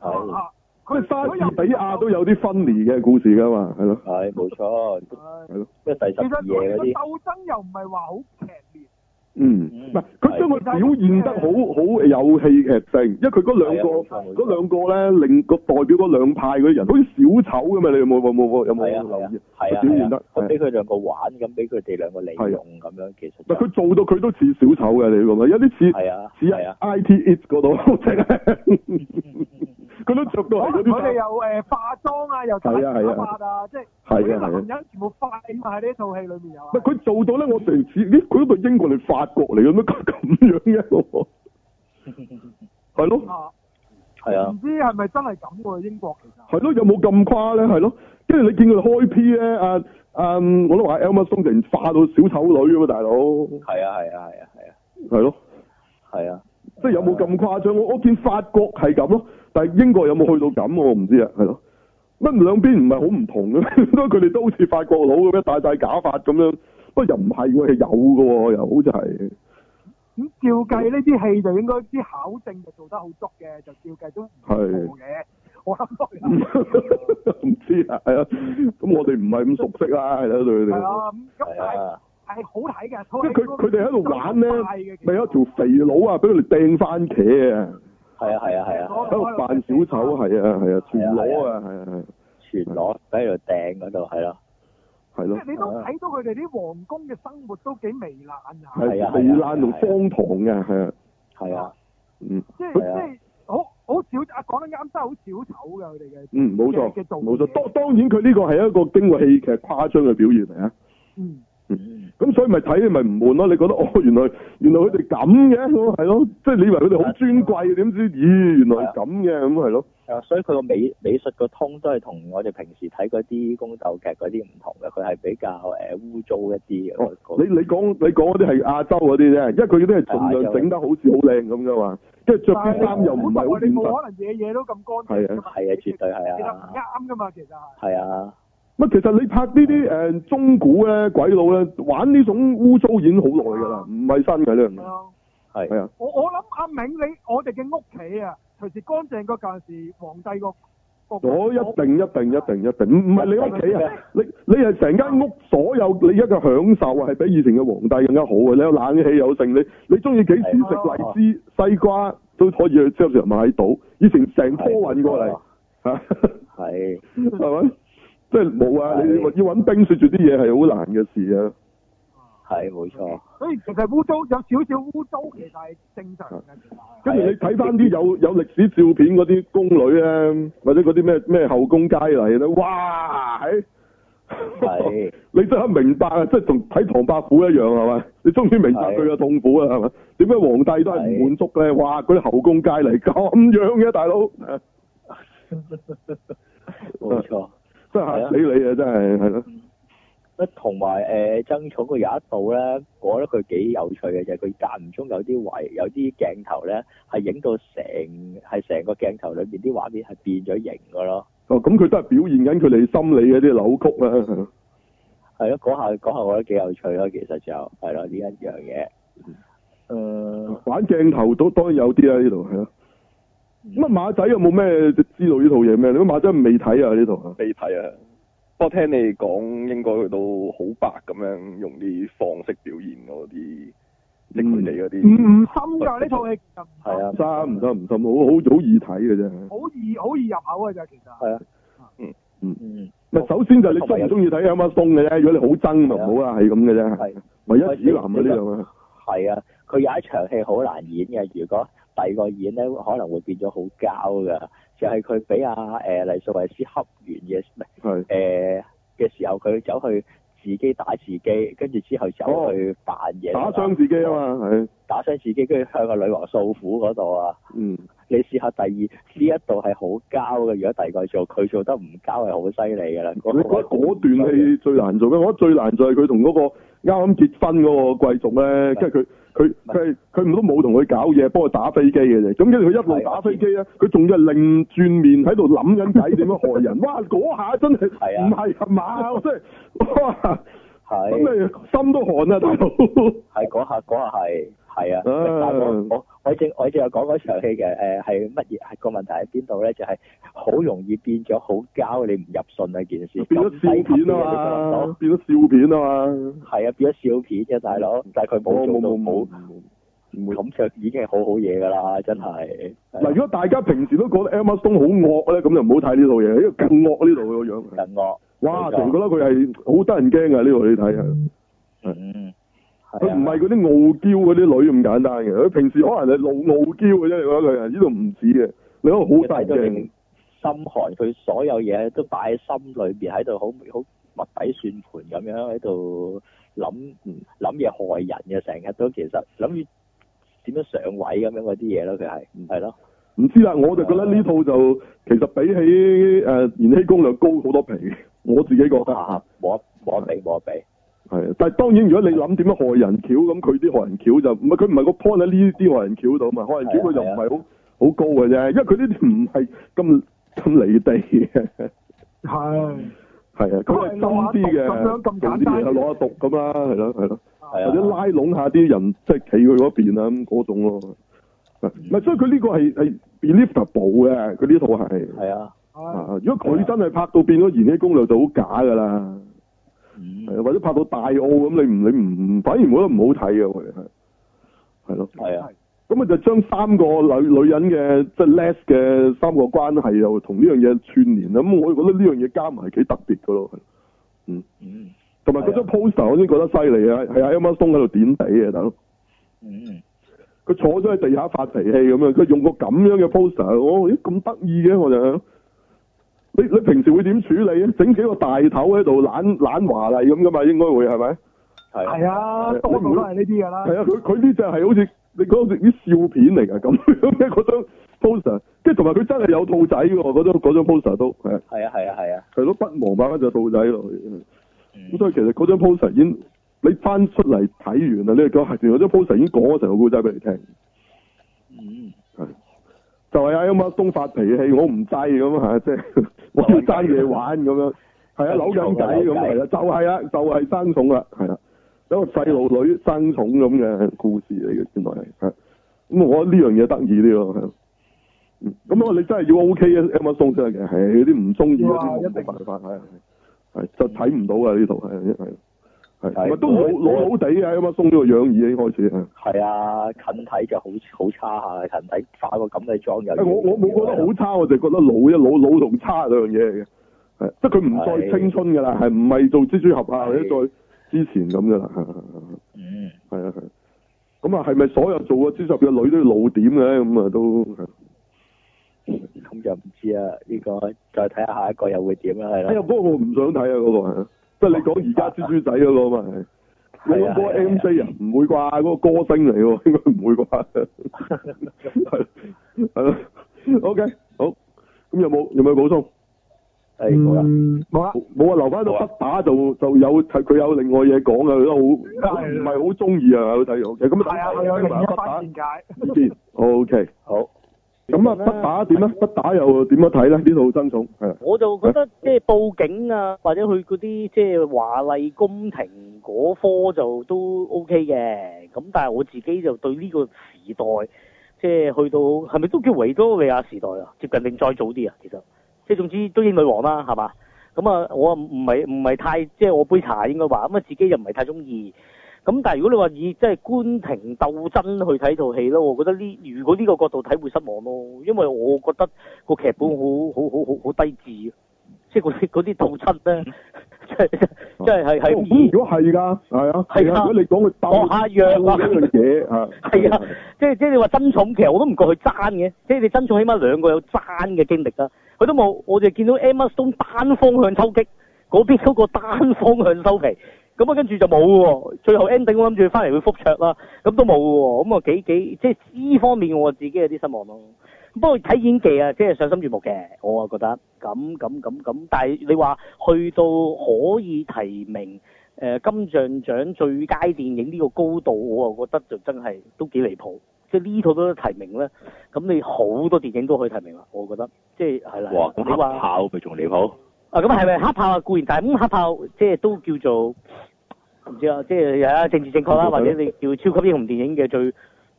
S4: 睇係
S7: 啊
S2: 佢莎
S7: 佢有
S2: 士比亞都有啲分離嘅故事㗎嘛，係咯，
S4: 係冇錯，
S7: 係
S4: 咩第
S7: 其
S4: 十
S7: 實
S4: 二
S7: 佢
S4: 夜嗰
S7: 哋個
S2: 啊
S4: 啲
S7: 鬥爭又唔係話好劇烈，
S2: 嗯，
S4: 嗯
S2: 唔係佢將佢
S7: 係
S2: 表現得好好有戲劇性，因為佢嗰兩個
S4: 係啊冇錯冇錯
S2: 嗰兩個咧，令個代表嗰兩派嗰啲人好似小丑㗎啊嘛，你有冇冇冇有冇
S4: 係啊
S2: 留
S4: 係啊
S2: 意？
S4: 係啊
S2: 表現
S4: 係
S2: 得
S4: 啊，我俾佢兩個玩，咁俾佢哋兩個利用咁樣，其實
S2: 唔
S4: 就
S2: 係佢做到佢都似小丑嘅，你咁啊，有啲似
S4: 係啊
S2: 似
S4: 係啊
S2: I T It 嗰度，即係佢都着到係嗰啊
S7: 佢哋
S2: 啲衫。
S7: 又誒化妝啊，又打
S2: 係啊係啊
S7: 打扮啊，即係
S2: 係啊係
S7: 啲
S2: 啊
S7: 男人全部快嘛喺呢套戲裏面又
S2: 唔係
S7: 係
S2: 佢做到咧，我成次咦，佢嗰個英國定法國嚟嘅咩？咁咁樣嘅喎，係咯。
S7: 啊
S4: 係啊
S7: 唔，知係咪真係咁喎？英國其實
S2: 係咯，有冇咁誇咧？係咯，跟住你見佢哋開 P 咧，啊啊，嗯我都話 Elmer Stone 突然化到小丑女咁啊，大佬，
S4: 係啊，係啊，係啊，係啊，
S2: 係咯，
S4: 係啊，
S2: 即係有冇咁誇張？我我見法國係咁咯，但係英國有冇去到咁我唔知啊，係咯，乜兩邊唔係好唔同嘅咩？ <laughs> 都佢哋都好似法國佬咁樣戴晒假髮咁樣，不過又唔係喎，係有嘅喎，又好似係。
S7: 咁照計呢啲戲就應該啲考證就做得好足嘅，就照計都唔
S2: 係
S7: 錯嘅。我諗都係
S2: <laughs> Dạ. 唔知啊，係啊，咁我哋唔係咁熟悉啦，係啦，對佢
S7: 係
S2: 哋。
S7: 啊，咁咁
S4: 係
S7: 但係
S4: 啊，
S7: 係好睇嘅，
S2: 即
S7: 佢
S2: 係佢佢哋喺度玩咧，咪有一條
S7: 條
S2: 肥佬啊，俾佢哋掟番茄啊，
S4: 係啊，係啊，係啊，
S2: 喺度扮小丑，係啊係啊，全裸啊，係啊係啊
S4: 全裸喺度掟嗰度，係咯，
S2: 係
S7: 即
S2: 咯
S7: 係，你都睇到佢哋啲皇宮嘅生活都幾糜爛啊！
S2: 係
S4: 係啊係啊
S2: 糜爛同荒唐嘅，係啊，
S4: 係啊，
S2: 嗯
S7: 即係
S4: 係啊
S7: 即係好好少啊！講得啱，真係好小丑嘅佢哋嘅，
S2: 嗯，冇錯
S7: 嘅做
S2: 冇錯，
S7: 嘢
S2: 當當然佢呢個係一個經過戲劇誇張嘅表現嚟啊，
S7: 嗯，
S2: 咁所以咪睇你咪唔悶咯，你覺得哦原來原來佢哋咁嘅，咁係咯，即係你以為佢哋好尊貴，點知咦原
S7: 啊
S2: 來係咁嘅，咁係咯，
S4: 係啊，所以佢個美美術個通都係同我哋平時睇嗰啲宮鬥劇嗰啲唔同嘅，佢係比較誒污糟一啲嘅
S2: 哦
S4: 嗰個。
S2: 你你講你講嗰啲係亞洲嗰啲啫，因為佢嗰啲係盡
S7: 啊
S2: 量整得好似好靚咁噶嘛，跟
S7: Ừ.
S2: 住着啲衫又唔係好
S7: 你
S2: 現實
S7: 冇。可能嘢嘢都咁乾淨㗎嘛，
S4: 係啊，絕對係
S7: 其實唔
S4: 啊，
S7: 啱噶嘛，其實係。
S4: 係啊。
S2: 乜其實你拍呢啲
S7: 啊
S2: 誒中古咧、鬼佬咧，玩呢種污糟已經好耐㗎啦，唔係新嘅呢樣
S7: 係
S2: 嘢。
S7: 啊
S4: 係
S2: 係啊，
S7: 我我諗阿明你我哋嘅屋企啊，隨時乾淨過舊時皇帝個個
S2: 我一定一定一定一定，唔唔係你屋企
S4: <laughs>
S2: 啊！你你係成間屋所有你一個享受啊，係比以前嘅皇帝更加好嘅。你有冷氣有剩，你你中意幾時
S4: 係啊
S2: 食荔枝西瓜都可以去超市買到。以前成拖運過嚟，嚇
S4: 啊係
S2: 係咪？即係冇啊！你
S4: 係
S2: 要揾冰雪住啲嘢係好難嘅事啊！
S4: 係冇錯，
S7: 所以其實污糟有少少污糟，其實係正常嘅。其
S2: 跟
S7: 實係
S2: 住
S4: 啊
S2: 你睇翻啲有有歷史照片嗰啲宮女咧，或者嗰啲咩咩後宮佳麗咧，哇！係
S4: 係
S2: 你真係明白啊，即係同睇唐伯虎一樣係嘛？你終於明白佢嘅痛苦啦啊係嘛？點解皇帝都係唔滿足咧？哇！嗰啲後宮佳麗咁樣嘅大佬，
S4: 冇錯。
S2: 真係嚇死你啊！真係係咯，
S4: 乜同埋誒爭寵佢有一度咧，我覺得佢幾有趣嘅就係佢間唔中有啲位有啲鏡頭咧係影到成係成個鏡頭裏邊啲畫面係變咗形嘅咯。
S2: 哦咁佢都係表現緊佢哋心理嘅啲扭曲啊啦。
S4: 係咯，嗰下嗰下我覺得幾有趣咯，其實就係咯呢一樣嘢。誒
S2: 玩鏡頭都當然有啲啦，呢度係咯。咁啊，馬仔有冇咩知道呢套嘢咩？你馬仔未睇啊？呢套
S6: 你睇啊。不過聽你講，應該佢都好白咁樣用啲方式表現嗰啲，即係佢哋嗰
S7: 唔
S8: 嗯
S6: 啲。
S7: 唔深㗎呢套戲，其實唔深
S4: 係啊，
S2: 唔得唔得唔得，好好好易睇嘅啫。
S7: 好易好易入口嘅咋，其實。
S4: 係啊，
S6: 嗯
S2: 嗯
S4: 嗯
S2: 唔係首先就係你中唔中意睇 a m a 嘅啫，如果你好憎就唔好啦，係咁嘅啫。
S4: 係
S2: 唯一指南啊呢樣啊，
S4: 係啊，佢有一場戲好難演嘅，如果第二個演咧，可能會變咗好膠㗎。就係佢俾阿誒黎素維斯恰完嘅，唔
S2: 係
S4: 係誒呃嘅時候，佢走去自己打自己，跟住之後走去扮嘢，
S2: 哦打傷自己啊
S4: 哦
S2: 嘛，係
S4: 打傷自己，跟住向個女王訴苦嗰度啊！
S2: 嗯
S4: 你試下第二呢一度係好膠嘅，如果第二個做，佢做得唔膠係好犀利㗎啦。
S2: 你覺得嗰段戲最難做咩？我覺得最難就係佢同嗰個啱啱結婚嗰個貴族咧，跟住佢佢佢係佢唔都冇同佢搞嘢，幫佢打飛機嘅啫。咁跟住佢一路打飛機咧，啊佢仲要係擰轉面喺度諗緊計點樣害人。哇！嗰下真係
S4: 係啊
S2: 唔係啊嘛，我真係哇！咁
S4: 係
S2: 你心都寒啊，大佬。
S4: 係嗰下嗰下係係啊，
S2: 啊
S4: 但係我我我正我正有講嗰場戲嘅，誒係乜嘢係個問題喺邊度咧？就係、好容易變咗好膠，你唔入信啊件事，
S2: 變咗笑片啊嘛，變咗笑片啊嘛。
S4: 係啊，變咗笑片嘅大佬，但係佢冇做到冇，
S2: 唔會。
S4: 咁就已經係好好嘢㗎啦，真係。
S2: 嗱，如果大家平時都覺得 Emma Stone 好惡咧，咁就唔好睇呢套嘢，因為更惡呢度個樣。
S4: 近惡，
S2: 哇！
S4: 冇
S2: 成
S4: 錯
S2: 覺得佢係好得人驚啊！呢度你睇啊，
S4: 嗯，係
S2: 佢
S4: 啊
S2: 唔係嗰啲傲嬌嗰啲女咁簡單嘅，佢平時可能係露傲嬌嘅啫。你覺得佢係呢度唔止嘅，你覺得
S4: 佢
S2: 好得
S4: 睇到
S2: 人驚
S4: 你。心寒，佢所有嘢都擺喺心裏邊，喺度好好密底算盤咁樣喺度諗嗯諗嘢害人嘅，成日都其實諗住點樣上位咁樣嗰啲嘢咯，佢係係咯，
S2: 唔知啦，我就覺得呢套就其實比起誒《延禧攻略》高好多皮，我自己覺得嚇
S4: 啊。冇得冇得比冇得比，
S2: 係，但係當然，如果你諗點樣害人橋，咁佢啲害人橋就唔係佢唔係個 point 喺呢啲害人橋度嘛，害人橋佢就唔係好好高嘅啫，因為佢呢啲唔係咁咁離地嘅，
S7: 係
S2: 係啊，佢係深啲嘅，
S7: 咁樣咁簡單
S2: 做啲嘢就攞下毒咁啦，係咯係咯，
S4: 係
S2: 或者
S4: 啊，
S2: 拉攏下啲人即係企佢嗰邊啊咁嗰種咯，係唔係？所以佢呢個係係 believable 嘅，佢呢套係。
S4: 係啊，
S7: 係
S2: 啊！如果佢真係拍到變咗《延禧攻略》就好假㗎啦，
S4: 嗯
S2: 係啊或者拍到大澳咁，你唔你唔反而覺得唔好睇嘅，我哋係係咯。
S4: 係啊，
S2: 咁啊就將三個女女人嘅即係 les 嘅三個關係又同呢樣嘢串連啦。咁我覺得呢樣嘢加埋係幾特別㗎咯。係嗯，
S4: 嗯
S2: 同埋嗰張
S4: 係
S2: poster 我先覺得犀利啊，係阿 Emma Stone 喺度點地嘅大佬。
S4: 嗯
S2: 佢坐咗喺地下發脾氣咁樣，佢用個咁樣嘅 poster，我咦咁得意嘅我就，你你平時會點處理啊？整幾個大頭喺度懶懶華麗咁噶嘛，應該會係咪？
S4: 係啊
S7: 係啊，多數都係呢啲㗎啦。
S2: 係啊，佢佢呢隻係好似你講好似啲笑片嚟㗎咁樣嘅嗰張 poster，跟住同埋佢真係有兔仔喎，嗰張嗰張 poster 都係
S4: 係啊係啊係啊，
S2: 係咯，不忘擺翻隻兔仔落去。
S4: 嗯
S2: 咁所以其實嗰張 poster 已經你翻出嚟睇完啦，你講係原來張 poster 已經講咗成個故仔俾你聽。
S4: 嗯
S2: 就係阿啊 Emma 東發脾氣，我唔制咁
S7: <laughs>
S2: 嚇，即係我要爭嘢玩咁樣，係啊扭緊計咁係啊啦，就係啦，就係生重啦，係啦，一個細路女生重咁嘅故事嚟嘅，原來係係咁，我覺得呢樣嘢得意啲咯，係咯嗯咁我你真係要 O K 啊 Emma 東真係嘅，係啲唔中意嗰
S7: 哇
S2: 啲
S7: 一定
S2: 冇辦法係係係就睇唔到啊呢度係係係同埋都老
S4: 我
S2: 老老地啊 Emma 東呢個樣已經開始係。
S4: 係啊，近睇就好好差下，近睇化個咁嘅妝又
S2: 誒我我冇覺得好差，我就覺得老一老老同差兩樣嘢嚟嘅，係即係佢唔再
S4: 係
S2: 青春㗎啦，係唔係做蜘蛛俠啊
S4: 係
S2: 或者再之前咁㗎啦，係
S4: 嗯
S2: 係係係啊係。咁啊係咪所有做過蜘蛛俠嘅女都要老點嘅咁啊都係？
S4: 咁就唔知啊，呢、個再睇下下一個又會點啊啦，係
S2: 哎呀
S4: 啦。
S2: 嗰個我唔想睇啊嗰個係，即係你講而家蜘蛛仔嗰個嘛係。你
S4: 係
S2: 講
S4: 啊
S2: 嗰個
S4: 係啊
S2: M J 啊，唔會啩？嗰、個歌星嚟喎，應該唔會啩？
S4: <laughs>
S2: 係係咯，OK 好。咁有冇有冇補充？哎
S4: 係好啦，
S5: Ừ.
S7: 嗯，冇啦，
S2: 冇啊，留翻到
S4: 好啊
S2: 不打就就有佢有另外嘢講啊，佢都好
S7: 係
S2: 唔係好中意啊，有睇完嘅咁
S7: 係啊，係啊，
S2: 聽
S7: 另
S2: 埋
S7: 一
S2: 不
S7: 番
S2: 打
S7: 見解。
S2: 意見，OK。
S4: 好。
S2: 咁啊，不打點咧？不打又點樣睇咧？呢套爭寵係啊
S8: 我就覺得即係報警啊，或者去嗰啲即係華麗宮廷嗰科就都 OK 嘅。咁但係我自己就對呢個時代，即係去到係咪都叫維多利亞時代啊？接近定再早啲啊？其實即係總之都英女王啦，係嘛？咁啊，我唔唔係唔係太即係我杯茶應該話，咁啊自己就唔係太中意。咁但係如果你話以即係官廷鬥爭去睇套戲咯，我覺得呢如果呢個角度睇會失望咯，因為我覺得個劇本好好好好好低智，啊即係嗰啲嗰啲鬥爭咧，即係即係係
S2: 哦咁
S8: 係
S2: 如果係㗎，係啊，
S8: 係㗎
S2: 係啊。如果你講佢
S8: 我
S2: 鬥
S8: 下藥啊
S2: 鬥一樣嘢啊，
S8: 係啊，即係即係你話爭寵，其實我都唔覺佢爭嘅，即係你爭寵起碼兩個有爭嘅經歷啦，佢都冇，我就見到 Emma Stone 單方向抽擊，嗰邊嗰個單方向收皮，咁啊跟住就冇喎，最後 ending 我諗住翻嚟會覆桌啦，咁都冇喎，咁啊幾幾即係呢方面我自己有啲失望咯。不過睇演技啊，即係賞心悅目嘅，我啊覺得咁咁咁咁，但係你話去到可以提名誒、呃金像獎最佳電影呢個高度，我啊覺得就真係都幾離譜。即係呢套都提名咧，咁你好多電影都可以提名啦，我覺得即係係啦。
S4: 哇！
S8: 你
S4: 咁黑
S8: 話
S4: 炮咪仲離譜？
S8: 啊，咁係咪黑炮啊？固然，但係咁黑炮即係都叫做唔知啊，即係係啊政治正確啦，或者你叫超級英雄電影嘅最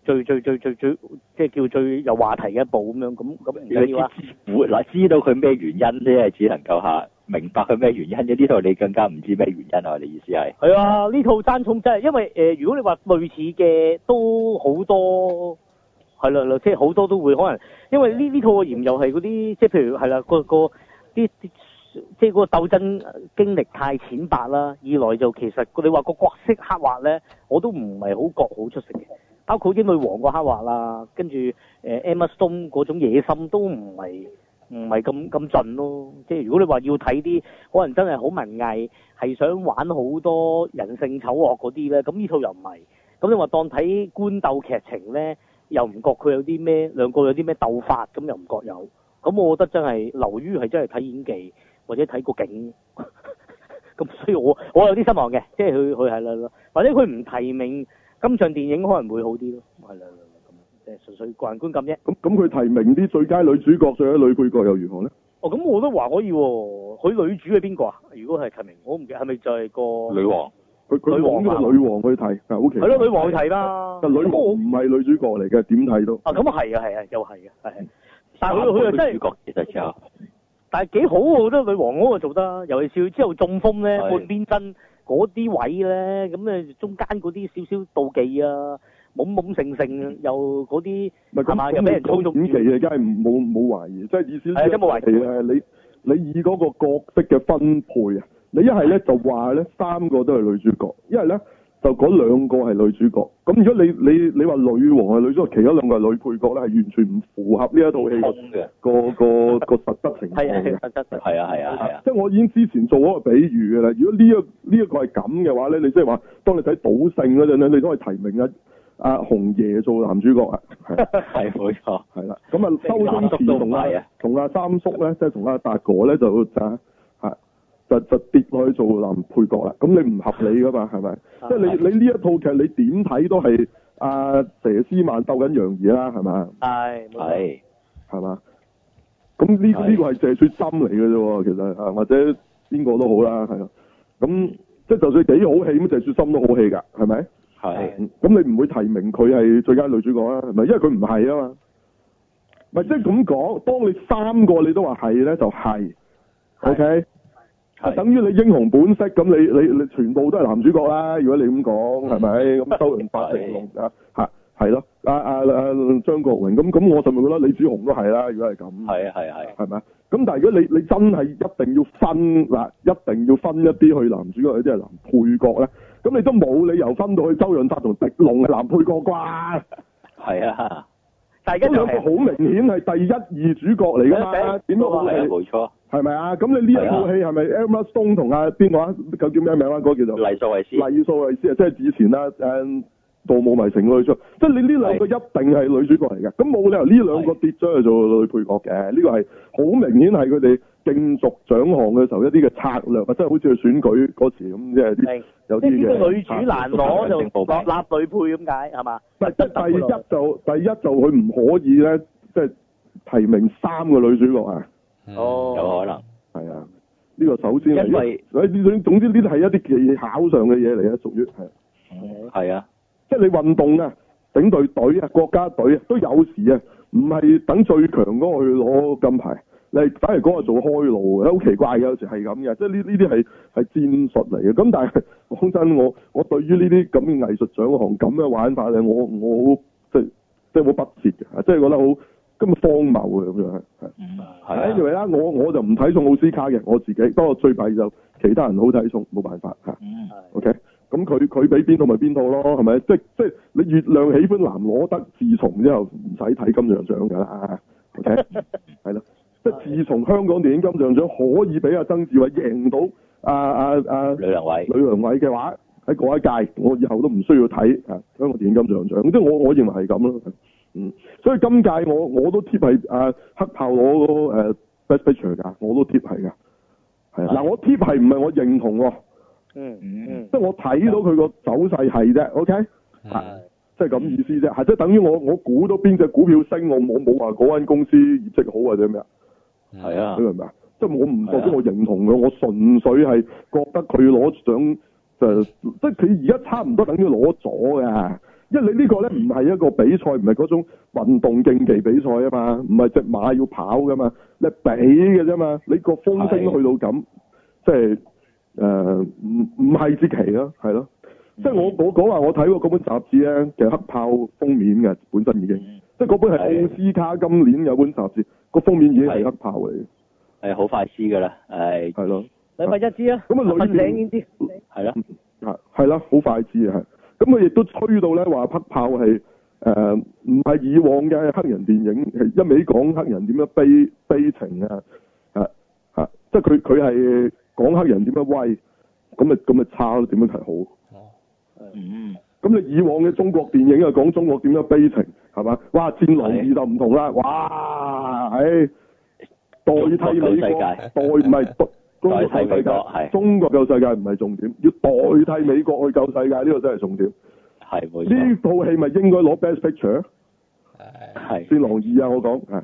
S8: 最最最最最即係叫最有話題嘅一部咁樣，咁咁唔
S4: 你
S8: 緊要啊。
S4: 知知會嗱，知道佢咩原因啫，只能夠嚇明白佢咩原因啫。呢度你更加唔知咩原因啊！你意思係？
S8: 係啊，呢套爭寵真係，因為誒、呃如果你話類似嘅都好多係啦，啦即係好多都會可能，因為呢呢套嘅鹽又係嗰啲，即係譬如係啦，個個啲啲即係嗰個鬥爭經歷太淺白啦。二來就其實你話個角色刻畫咧，我都唔係好覺好出色嘅，呃包括英女王個刻畫啦，跟住誒 Emma Stone 嗰種野心都唔係唔係咁咁盡咯。即係如果你話要睇啲可能真係好文藝，係想玩好多人性醜惡嗰啲咧，咁呢套又唔係。咁你話當睇官鬥劇情咧，又唔覺佢有啲咩兩個有啲咩鬥法，咁又唔覺有。咁我覺得真係流於係真係睇演技或者睇個景。 <laughs> 咁所以我我有啲失望嘅，即係佢佢係啦啦，或者佢唔提名金像電影可能會好啲咯，係啦啦啦咁，即係純粹個人觀感啫。
S2: 咁咁佢提名啲最佳女主角、最佳女配角又如何咧？
S8: 哦，咁我都話可以喎。佢女主係邊個啊？如果係提名，我唔記得係咪就係個
S6: 女王
S2: 佢佢
S8: 女王
S2: 揾
S8: 啊
S2: 個女王去睇，係好奇怪。
S8: 係咯，女王去睇啦。
S2: 但女王唔係女主角嚟嘅，點睇都
S8: 啊，咁啊係啊，係啊，又係嘅，係係。但係佢佢又真
S4: 主
S8: 係，
S4: 角其實就
S8: 但係幾好喎我覺得女王嗰個做得，尤其是佢之後中風咧，
S4: 係
S8: 半邊身嗰啲位咧，咁咧中間嗰啲少少妒忌啊，懵懵盛盛又嗰啲。
S2: 唔係
S8: 係嘛
S2: 咁
S8: 又俾人操縱
S2: 咁你講演技啊，梗係冇冇懷疑，即係意思
S8: 係真啊冇懷疑
S2: 係你你以嗰個角色嘅分配啊，你一係咧就話咧三個都係女主角，一係咧就嗰兩個係女主角。咁如果你你你話女王係女主角，其他兩個係女配角咧，係完全唔符合呢一套戲
S4: 空嘅，
S2: 個個個實質情
S8: 係啊
S2: 況嘅
S8: 係。啊，得得。
S4: 係啊係啊係啊，
S2: 即係我已經之前做嗰個比喻嘅啦。如果呢、一呢一、個係咁嘅話咧，你即係話，當你睇賭聖嗰陣咧，你都係提名啊阿紅爺做男主角啊，係
S4: 係冇錯，
S2: 係啦。咁啊，周星
S4: 即係三叔都
S2: 馳
S4: 唔
S2: 同阿
S4: 係啊啊
S2: 同阿三叔咧，即係同阿達哥咧就就係就就跌落去做男配角啦。咁你唔合理噶嘛，係咪？即
S4: 啊
S2: 係你你呢一套劇你點睇都係阿佘詩曼鬥緊楊怡啦，係咪？
S8: 係冇錯
S4: 係
S2: 係嘛？咁呢
S4: 係
S2: 呢個係謝雪心嚟嘅啫喎，其實啊，或者邊個都好啦，係啊。咁即係就算幾好戲，咁謝雪心都好戲㗎，係咪？
S4: 係
S2: 嗯咁你唔會提名佢係最佳女主角啊？係咪？因為佢唔係啊嘛。咪即係咁講，當你三個你都話係咧，就係、
S8: 係
S2: OK。
S4: 係
S2: 等於你英雄本色咁，你你你全部都係男主角啦。如果你咁講係咪？咁周潤發、
S4: 係
S2: 成龍啊，嚇係咯，啊啊啊張國榮咁咁，我就咪覺得李子雄都係啦。如果係咁，
S4: 係啊係係
S2: 係咪？咁但係如果你你真係一定要分嗱，一定要分一啲去男主角，有啲係男配角咧，咁你都冇理由分到去周潤發同狄龍係男配角啩？
S4: 係啊，
S8: 但係
S2: 咁
S8: 而家
S2: 兩
S8: 就
S2: 個
S8: 係
S2: 好明顯係第一二主角嚟㗎嘛，點都好
S4: 啊係啊
S2: 係
S4: 冇錯，
S2: 係咪啊？咁你呢一套戲係咪 Emma Stone 同阿邊個啊？佢叫咩名啊？嗰個叫做
S4: 黎素維斯
S2: 黎素維斯啊，即係以前啦誒《盜墓迷城》嗰出，即係你呢兩個一定係女主角嚟嘅，咁冇理由呢兩個跌咗去做女配角嘅，呢個係好明顯係佢哋競逐獎項嘅時候一啲嘅策略啊，即係好似去選舉嗰時咁，即係啲
S8: 明
S2: 有
S8: 即
S2: 啲
S8: 係呢
S2: 嘅
S8: 個女主難攞就
S4: 正報名
S8: 立立女配咁解係嘛？
S2: 唔係即係第一就第一就佢唔可以咧，即係提名三個女主角啊，
S3: 嗯
S4: 有可
S8: 哦，
S4: 能
S2: 係啊，呢個首先係
S4: 因為
S2: 所以呢種總之呢啲係一啲技巧上嘅嘢嚟啊，屬於係。
S4: 係啊，
S2: 即係你運動啊，整隊隊啊，國家隊啊，都有時啊，唔係等最強嗰個去攞金牌，你係反而嗰個做開路嘅，好奇怪嘅，有時係咁嘅，即係呢呢啲係係戰術嚟嘅。咁但係 <laughs> 講真，我我對於呢啲咁嘅藝術獎項咁嘅玩法咧，我我好即係即係好不屑嘅，啊即係覺得好根本荒謬嘅咁樣啊係。係
S4: 係啊
S2: anyway 啦，我我就唔睇中奧斯卡嘅，我自己。不過最弊就其他人好睇重，冇辦法嚇。OK，咁佢佢俾邊套咪邊套咯，係咪？即即你月亮喜歡藍攞得，自從之後唔使睇金像獎㗎啦。OK，係咯，即自從香港電影金像獎可以俾阿曾志偉贏到啊啊啊
S4: 啊，！呂良偉
S2: 呂良偉嘅話喺嗰一屆，我以後都唔需要睇啊香港電影金像獎，即係我我認為係咁咯。嗯，所以今屆我我都貼係啊黑豹攞誒、呃 Best Picture 㗎，我都貼係㗎。係啊嗱，我貼係唔係我認同喎，
S8: 嗯嗯，
S2: 即係我睇到佢個走勢係啫，OK，
S3: 嗯
S2: 即係咁意思啫，係即係等於我我估到邊只股票升，我冇冇話嗰間公司業績好或者咩啊？
S3: 嗯
S4: 係啊
S2: 你，明唔明啊？即係我唔代
S4: 係
S2: 表
S4: 啊
S2: 我認同佢，我純粹係覺得佢攞獎就即係佢而家差唔多等於攞咗嘅，因為你呢個咧唔係一個比賽，唔係嗰種運動競技比賽啊嘛，唔係只馬要跑噶嘛，你比嘅啫嘛，你個風聲去到咁，即係誒唔唔係之奇咯，係咯。即係我我講話我睇過嗰本雜誌咧，其實黑豹封面嘅本身已經，即係嗰本係奧斯卡今年有本雜誌，個封面已經係黑豹嚟嘅。
S4: 係好快知㗎啦，係
S2: 係咯，
S8: 禮拜一知啊，
S2: 咁啊裏邊
S8: 瞓醒先知。
S4: 係啦，
S2: 啊係係啦，好快知啊，係。咁佢亦都吹到咧話黑豹係誒唔係以往嘅黑人電影，係一味講黑人點樣悲悲情啊，啊啊，即係佢佢係講黑人點樣威，咁咪咁咪啊差咯，點樣係好？
S3: 哦，
S4: 嗯，
S2: 咁你以往嘅中國電影啊，講中國點樣悲情係嘛？哇，戰狼二就唔同啦，哇，唉，代替美
S4: 中
S2: 國，
S4: 國
S2: 代唔係代
S4: <laughs>
S2: 中國
S4: 代
S2: 救
S4: 替美
S2: 世界
S4: 國係，
S2: 中國救世界唔係重點，要代替美國去救世界呢、個真係重點。
S4: 係冇錯，
S2: 呢套戲咪應該攞 Best Picture？
S3: 係
S4: 係
S2: 戰狼二啊，我講係。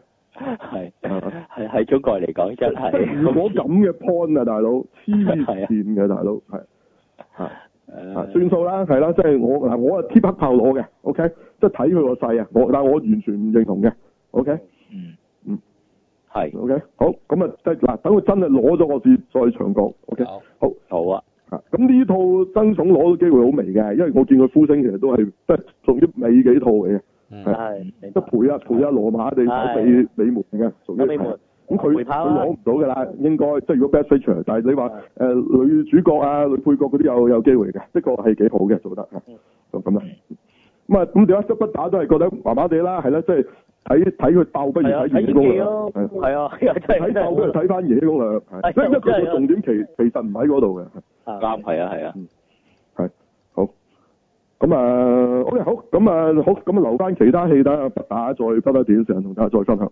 S4: 係
S2: 啊
S4: 係喺中國嚟講真
S2: 即係如果
S4: 係，
S2: 咁嘅 point 啊，大佬黐
S4: 係啊
S2: 線嘅大佬係係啊，
S4: 誒
S2: 算數啦，係啦，即係我嗱，我係貼黑炮攞嘅，OK，即係睇佢個勢啊，我但係我完全唔認同嘅，OK
S4: 嗯
S2: 嗯
S4: 係
S2: OK，好，咁啊，即係嗱，等佢真係攞咗個字再長講，OK，
S3: 好
S2: 好
S4: 好啊，
S2: 啊，咁呢套爭寵攞到機會好微嘅，因為我見佢呼聲其實都係即係屬於尾幾套嚟嘅，
S3: 嗯
S2: 係
S8: 係明
S2: 即係
S8: 白
S2: 陪啊陪啊羅馬地
S8: 係
S2: 跑尾尾門嘅，屬
S8: 有
S2: 於
S8: 尾
S2: 係
S8: 門
S2: 咁佢
S8: 陪
S2: 佢
S8: 跑啊啦
S2: 攞唔到㗎啦，應該即係如果 best picture，但係你話誒、呃
S8: 嗯
S2: 女主角啊、女配角嗰啲有有機會嘅，的確係幾好嘅做得嚇，
S8: 嗯
S2: 就咁啦。咁啊，咁點解不打都係覺得麻麻地啦，係啦，即係睇睇佢鬥不如
S8: 係啊，
S2: 睇
S8: 睇
S2: 野攻
S8: 演技
S2: 略，
S8: 咯，
S2: 係
S8: 係啊，係啊真
S2: 睇
S8: 係真
S2: 鬥不如
S8: 係
S2: 睇翻野攻略，係
S8: 係
S2: 因為因為佢
S8: 真係
S2: 個
S8: 啊
S2: 重點其其實唔喺嗰度嘅。係
S8: 好
S4: 啱係啊係啊，
S2: 好，咁啊，OK，好，咁啊，好，咁啊，留翻其他戲等下不打再不打短時間同大家再分享。